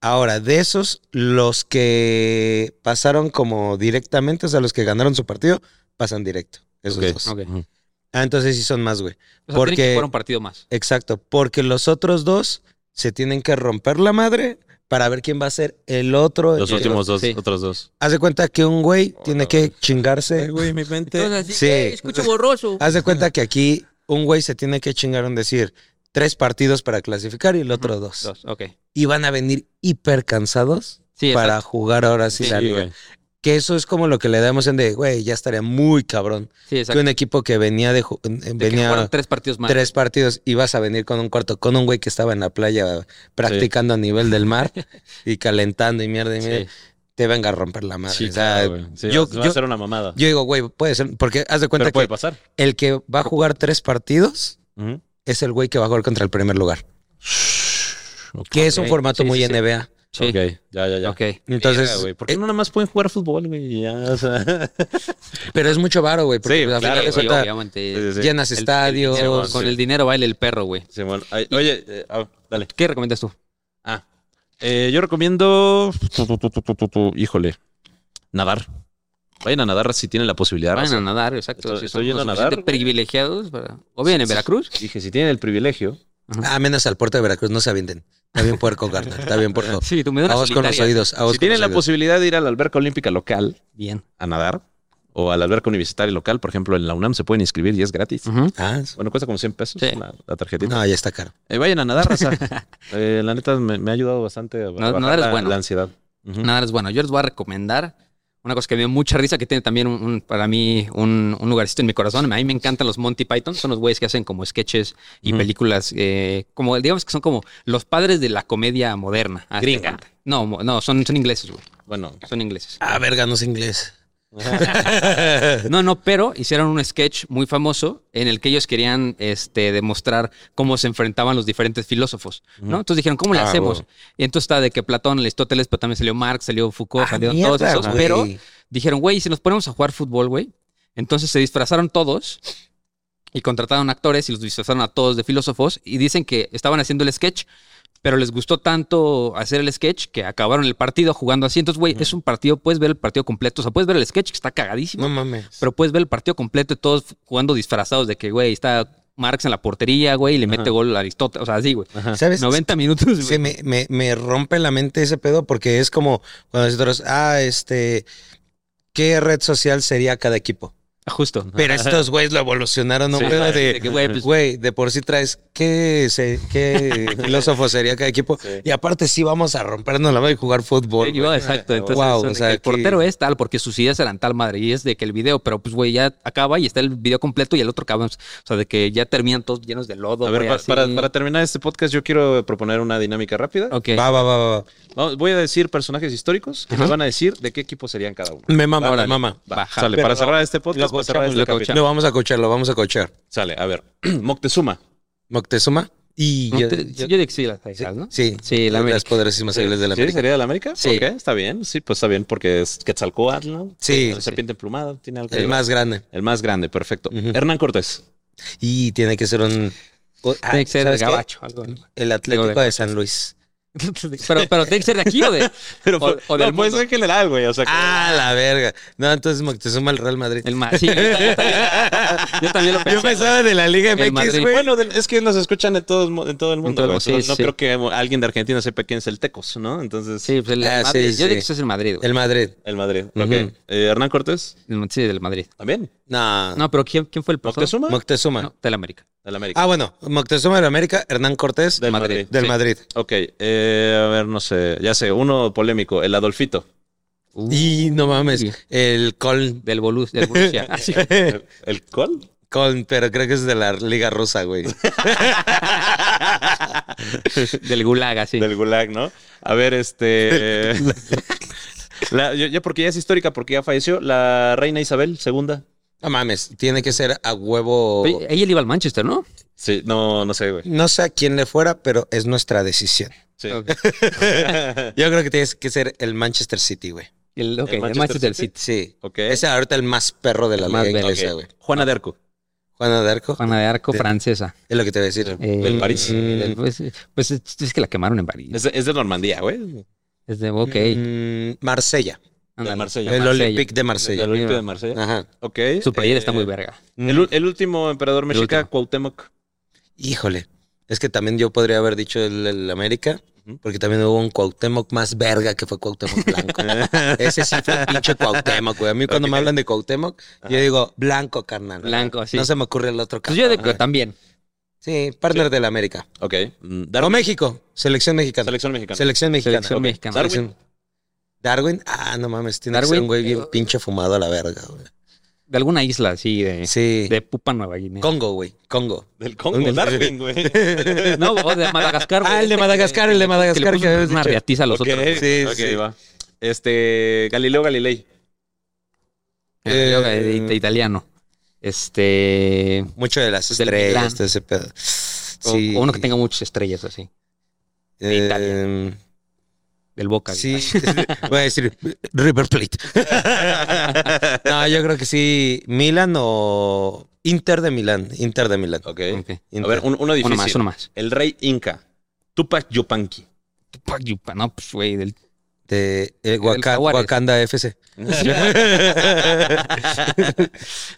Ahora, de esos, los que pasaron como directamente, o sea, los que ganaron su partido, pasan directo. Esos Ok, dos. ok. Ujú. Ah, entonces sí son más, güey. O sea, Porque- tienen que jugar un partido más. Exacto. Porque los otros dos se tienen que romper la madre para ver quién va a ser el otro. Los el que- últimos dos, Oh, Sí. otros dos. Haz de cuenta que un güey tiene que chingarse. Eh, Güey, mi mente. Entonces, así, Sí. "Ey, escucho borroso. Haz de cuenta que aquí un güey se tiene que chingar un decir tres partidos para clasificar y el otro dos. Dos, ok. Y van a venir hiper cansados Sí, para jugar ahora sí, Sí, la liga. güey. Que eso es como lo que le damos en de, güey, ya estaría muy cabrón. exacto. Sí, Que exacto. un equipo que venía de, ju- eh, De que jugaron venía tres partidos más. tres partidos y vas a venir con un cuarto, con un güey que estaba en la playa practicando a nivel del mar (laughs) y calentando y mierda y Sí. mierda, te venga a romper la madre. Sí, O sea, claro, güey. Sí, yo, va yo- a ser una mamada. yo digo, güey, puede ser, porque haz de cuenta Pero que puede pasar. el que va a jugar tres partidos Ujú. es el güey que va a jugar contra el primer lugar. Que es un Ok, formato sí, muy sí, sí. NBA. Sí. Ok, ya, ya, eh, ya. Ok. Entonces, eh, Verga, güey, ¿Por qué no nada más pueden jugar fútbol, güey? Ya, o sea. (laughs) pero es mucho varo, güey. Porque Sí, pues, a claro, final de Sí, cuentas, obviamente. Sí, sí, sí. llenas El- el Pues, estadios. dinero, sí. con el dinero baila el perro, güey. Simón, ay, oye, eh, ah, dale. ¿Qué recomiendas tú? Ah, eh, yo recomiendo. Híjole, nadar. Vayan a nadar si tienen la posibilidad. Vayan raza. a nadar, exacto. estoy- si estoy son yendo lo a nadar, suficiente güey. privilegiados. para- O bien en Veracruz. Dije, si tienen el privilegio. Ah, menos al puerto de Veracruz, no se avienten. Está bien puerco, carnal. Está bien puerco. Sí, tú me A vos con los oídos. A vos Si con tienen los la oídos. posibilidad de ir a la alberca olímpica local Bien. a nadar o a la alberca universitaria local, por ejemplo, en la UNAM se pueden inscribir y es gratis. Ah, Bueno, cuesta como 100 pesos Sí. la, la tarjetita. no, ya está caro. Eh, vayan a nadar, raza. (laughs) Eh, la neta me, me ha ayudado bastante a a bajar nadar es la, bueno. la ansiedad. Ujú. Nada, es bueno. Yo les voy a recomendar una cosa que me dio mucha risa, que tiene también un- un- para mí un, un lugarcito en mi corazón. A mí me encantan los Monty Python. Son los güeyes que hacen como sketches y Ujú. películas, eh, como digamos que son como los padres de la comedia moderna. Hazte Gringa. cuenta. No, mo- no, son, son ingleses, güey. Bueno, Son ingleses. Ah, verga, no sé inglés. No, no, pero hicieron un sketch muy famoso en el que ellos querían este, demostrar cómo se enfrentaban los diferentes filósofos, ¿no? Entonces dijeron, ¿cómo le Ah, hacemos? huevo. Y entonces está de que Platón, Aristóteles, pero también salió Marx, salió Foucault, Ah, salieron mierda, todos esos, güey. pero dijeron, güey, ¿y si nos ponemos a jugar fútbol, güey. Entonces se disfrazaron todos y contrataron actores y los disfrazaron a todos de filósofos y dicen que estaban haciendo el sketch, pero les gustó tanto hacer el sketch que acabaron el partido jugando así. Entonces, güey, es un partido, puedes ver el partido completo, o sea, puedes ver el sketch que está cagadísimo, No mames. pero puedes ver el partido completo y todos jugando disfrazados de que, güey, está Marx en la portería, güey, y le mete gol a Aristóteles, o sea, así, güey. ¿Sabes? 90 minutos, (laughs) güey. Sí, me, me- me rompe la mente ese pedo porque es como cuando nosotros, ah, este, ¿qué red social sería cada equipo? Ah, Justo. Pero estos güeyes lo evolucionaron a un Sí. pedo De de, que, güey, pues, güey, de por sí traes, ¿qué, se- (laughs) qué filósofo sería cada equipo? Sí. Y aparte sí vamos a rompernos la mano y jugar fútbol. Sí, güey. no, exacto. Entonces, Wow, son- o sea, el que- portero es tal, porque sus ideas eran tal madre. Y es de que el video, pero pues, güey, ya acaba y está el video completo y el otro acaba. O sea, de que ya terminan todos llenos de lodo. a ver, güey, pa- así. para, para terminar este podcast, yo quiero proponer una dinámica rápida. Ok. Va, va, va, va, va. Vamos, voy a decir personajes históricos que me van a decir de qué equipo serían cada uno. Me mama, Órale. me mama. Va, Baja. sale, Pero para lo- cerrar este lo podcast, para cerrar coachamos, este lo capítulo. coachamos. Lo vamos a cochar, lo vamos a cochar. Sale, a ver. (clears throat) Moctezuma. Moctezuma. Y No yo, te- yo, yo- digo que sí, las hijas, ¿no? sí, Sí, la las América. poderosísimas águilas de la ¿Sí? América. ¿Sería de la América? Sí. Ok, está bien. Sí, pues está bien porque es Quetzalcoatl, ¿no? Sí. La serpiente emplumada. Tiene algo El que- más grande. El más grande, perfecto. Ujú. (laughs) Hernán Cortés. Y tiene que ser un... o- ah, Tiene que ser ¿sabes qué? gabacho. algo. (laughs) El Atlético Digo, de San Luis. pero, pero tiene que ser de aquí o de. Pero o, o del no, puede mundo. ser general, güey. O sea, que- pues, Ah, la verga. No, entonces Moctezuma el Real Madrid. El más. Sí, yo también, yo también lo pensé. (laughs) Yo pensaba de la Liga El MX, Madrid. güey. Bueno, del- es que nos escuchan en todo, el mu- en todo el mundo. todo el mundo, güey. sí, no no sí. creo que alguien de Argentina sepa quién es el Tecos, ¿no? Entonces, Sí, pues el Ah, Madrid. sí, Yo digo sí. que eso es el Madrid, güey. El Madrid. el Madrid. Ok. Ujú. Eh, Hernán Cortés, El- Sí, del Madrid. también. No. No, pero ¿quién, quién fue el pasado? Moctezuma, Moctezuma. No, del América. del América. Ah, bueno. Moctezuma de América, Hernán Cortés del Madrid. Madrid. del sí. Madrid. Ok, eh, a ver, no sé, ya sé, uno polémico, el Adolfito. Y no mames, Sí. el Colm. Uh, Del Borussia. Del Borussia. (laughs) Así. ¿El, el col? Colm, pero creo que es de la Liga Rusa, (laughs) güey. del Gulag, así. Del gulag, ¿no? A ver, (laughs) este. la- ya, ya porque ya es histórica, porque ya falleció la reina Isabel II. No mames, tiene que ser a huevo. Oye, Ella le iba al Manchester, ¿no? Sí, no, no sé, güey. No sé a quién le fuera, pero es nuestra decisión. Sí. Ok. Yo creo que tiene que ser el Manchester City, güey. El, ok, ¿El el Manchester Manchester, City? City. Sí. Ok. Ese ahorita el más perro de la El más liga verga. inglesa, güey. Juana de Arco. Juana de Arco. Juana de Arco, francesa. Es lo que te voy a decir. Mm, Eh, Del París. del- pues, pues es, es que la quemaron en París. Es de, es de Normandía, güey. Es de, ok. Mm, Marsella. ándale. Marsella. De El Marsella. Olympique de Del Marsella. Olímpico de Marsella. Ajá. Ok. Su playera Eh, está muy verga. El, u- el último emperador mexica, último. Cuauhtémoc. Híjole. Es que también yo podría haber dicho el, el América, Ujú. porque también hubo un Cuauhtémoc más verga que fue Cuauhtémoc (laughs) Blanco. Ese sí fue un pinche Cuauhtémoc, güey. A mí cuando me hablan de Cuauhtémoc, yo digo blanco, carnal. Blanco, sí. No Ah. se me ocurre el otro Pues carnal. yo de- también. Sí, partner del América. Ok. Mm, O Darwin. México, selección mexicana. Selección mexicana. Selección mexicana. Selección Ok. mexicana. Darwin. Selección- Darwin, ah, no mames, tiene que ser Darwin, un güey bien eh, pinche fumado a la verga, güey. De alguna isla, así de, Sí. eh, de Pupa Nueva Guinea. Congo, güey. Congo. Del Congo. Darwin, güey. No, o de Madagascar. güey. Ah, el de Este Madagascar, el de que- que le Madagascar puso que habías una dicho. riatiza a (laughs) los Ok, otros. güey. Sí, ok, sí. va. Este, Galileo Galilei. Eh, Creo que de- de italiano. Este. Mucho de las Del Milán. estrellas, todo ese pedo. o- Sí. O, uno que tenga muchas estrellas así. de Eh, Italia. Del Boca. Sí, (laughs) voy a decir River (laughs) Plate. no, yo creo que sí, Milan o Inter de Milán, Inter de Milán. Ok. Ok. A ver, un- uno difícil. Uno más, uno más. El rey Inca. Tupac (laughs) Yupanqui. Tupac Yupa, no, pues, güey, del De eh, Waka- Jaguares. Wakanda FC.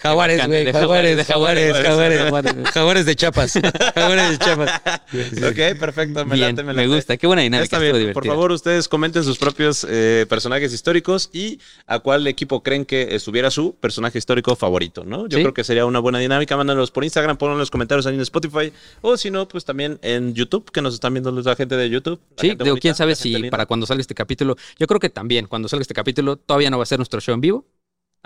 jaguares, güey, De jaguares, jaguares, jaguares. Jaguares. Jaguares de Chapas, jaguares de (laughs) Chapas. Ok, perfecto. Me Bien, late, me me late. gusta, qué buena dinámica. Está estuvo bien. Por divertida. favor, ustedes comenten sus propios eh, personajes históricos y a cuál equipo creen que estuviera su personaje histórico favorito, ¿no? Yo Sí. creo que sería una buena dinámica. Mándanos por Instagram, pongan los comentarios ahí en Spotify o si no, pues también en YouTube, que nos están viendo la gente de YouTube. la Sí, gente digo, bonita, quién la sabe gente si linda. para cuando salga este capítulo, yo creo que también, cuando salga este capítulo, todavía no va a ser nuestro show en vivo.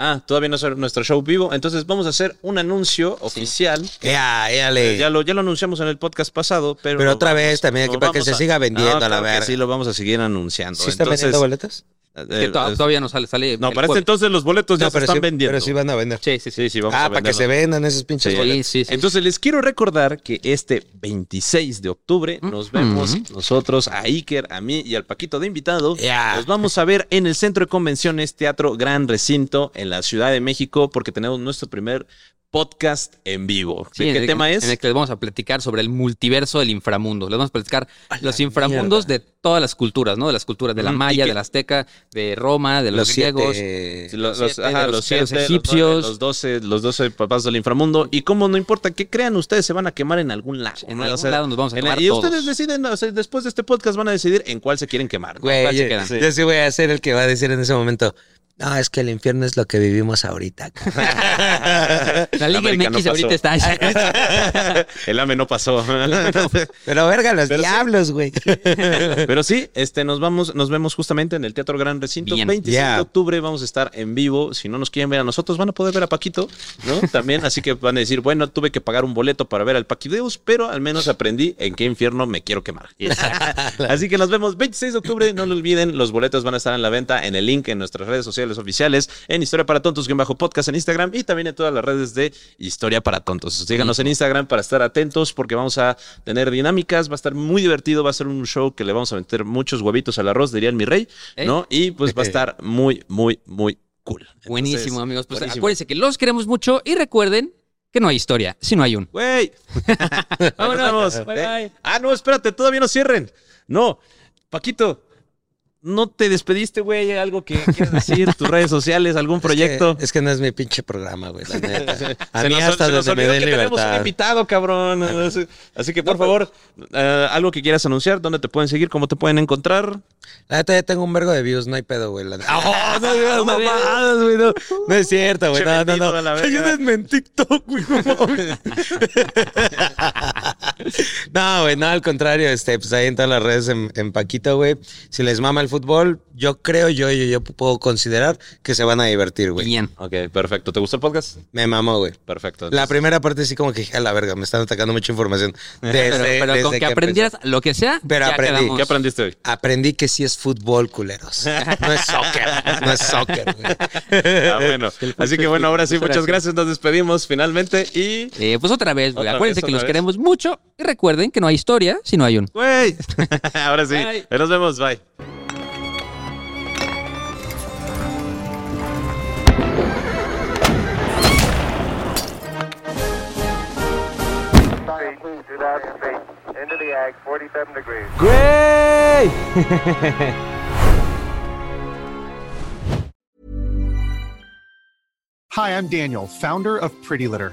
Ah, todavía no es nuestro show vivo. Entonces vamos a hacer un anuncio oficial. Ya, ya le. Ya lo, ya lo anunciamos en el podcast pasado, pero. Pero lo otra vez también lo aquí para que vamos se siga vendiendo, No, a la claro que verga. Sí, lo vamos a seguir anunciando. ¿Sí están Entonces, vendiendo boletas? eh, que to- eh, todavía no sale, sale. No, el para este jueves. entonces los boletos ya No, se pero están sí, vendiendo. pero sí van a vender. Sí, sí, sí. Sí, sí, vamos Ah, a para que se venderlos. vendan esos pinches Sí. boletos. Sí, sí, sí. Entonces les quiero recordar que este 26 de octubre nos vemos nosotros a Iker, a mí y al Paquito de invitado. Ya. Nos vamos a ver en el Centro de Convenciones Teatro Gran Recinto en la Ciudad de México porque tenemos nuestro primer podcast en vivo. Sí, ¿De en qué el- tema es? En el que les vamos a platicar sobre el multiverso del inframundo. Les vamos a platicar los inframundos de todas las culturas, ¿no? De las culturas de la Ujú, Mm, y maya, que- de la azteca, de Roma, de los, griegos. Sí, siete- lo- los, siete, ajá, de los- los de los siete, egipcios. nueve, los 12, los 12 papás del inframundo. Y como no importa que crean, ustedes se van a quemar en algún lado. En ¿no? algún lado nos vamos a en- quemar Y todos. ustedes deciden, o sea, después de este podcast van a decidir en cuál se quieren quemar. ¿no? Güey, ¿Cuál se yo, quedan? yo sí voy a ser el que va a decir en ese momento. No, es que el infierno es lo que vivimos ahorita. la Liga América MX no ahorita (laughs) está. El AME (laughs) no pasó. Pero verga, los Pero sí. diablos, (laughs) güey. (laughs) Pero sí, este, nos vamos, nos vemos justamente en el Teatro Gran Recinto. Bien. 26 de Yeah. octubre vamos a estar en vivo. Si no nos quieren ver a nosotros, van a poder ver a Paquito, (laughs) ¿no? También, así que van a decir, bueno, tuve que pagar un boleto para ver al Paquideus, pero al menos aprendí en qué infierno me quiero quemar. (laughs) así que nos vemos 26 de octubre. No lo olviden, los boletos van a estar en la venta en el link en nuestras redes sociales oficiales, en Historia para Tontos, guión bajo podcast en Instagram y también en todas las redes de Historia para Tontos. Síganos en Instagram para estar atentos porque vamos a tener dinámicas, va a estar muy divertido, va a ser un show que le vamos a meter muchos huevitos al arroz, diría el mi rey, ¿Eh? ¿no? Y pues va a estar muy, muy, muy cool. Entonces, Buenísimo, amigos. Pues buenísimo. acuérdense que los queremos mucho y recuerden que no hay historia, si no hay un. (laughs) Güey. Vámonos. Bye, bye. Ah, no, espérate, todavía no cierren. No, Paquito, no te despediste, güey. Algo que quieras (laughs) decir, tus redes sociales, algún proyecto. Es que, es que no es mi pinche programa, güey, la neta. A Se mí nos- hasta se nos donde me olvidó den que Tenemos un libertad. invitado, cabrón. Así así que, por favor, eh, algo que quieras anunciar, dónde te pueden seguir, cómo te pueden encontrar. La neta ya tengo un vergo de views, no hay pedo, güey. La- ¡Oh, no digas mamadas, güey! No, no es cierto, güey. No, Che no, metido a la no. verga. Yo desme en TikTok, güey. no mames. (laughs) No, güey, no, al contrario, este, pues ahí en todas las redes en, en Paquito, güey. Si les mama el fútbol, yo creo, yo, yo, yo puedo considerar que se van a divertir, güey. Bien. Ok, perfecto. ¿Te gustó el podcast? Me mamó, güey. Perfecto. La primera parte sí como que dije, a la verga, me están atacando mucha información. Desde, Pero, pero desde con que, empezó. aprendieras lo que sea, Pero ya aprendí. quedamos. ¿Qué aprendiste hoy? Aprendí que sí es fútbol, culeros. No es soccer, no es soccer, güey. Ah, bueno. Así (laughs) que bueno, ahora sí, Ahora muchas sí. gracias. Nos despedimos finalmente y. Eh, pues otra vez, güey. Otra Acuérdense vez, que otra los vez. queremos mucho y recuerden que no hay historia si no hay un. ¡Güey! (laughs) ahora sí. Bye. Nos vemos. Bye. Speed 2,000 feet. Into the ag, 47 degrees. Hi, I'm Daniel, founder of Pretty Litter.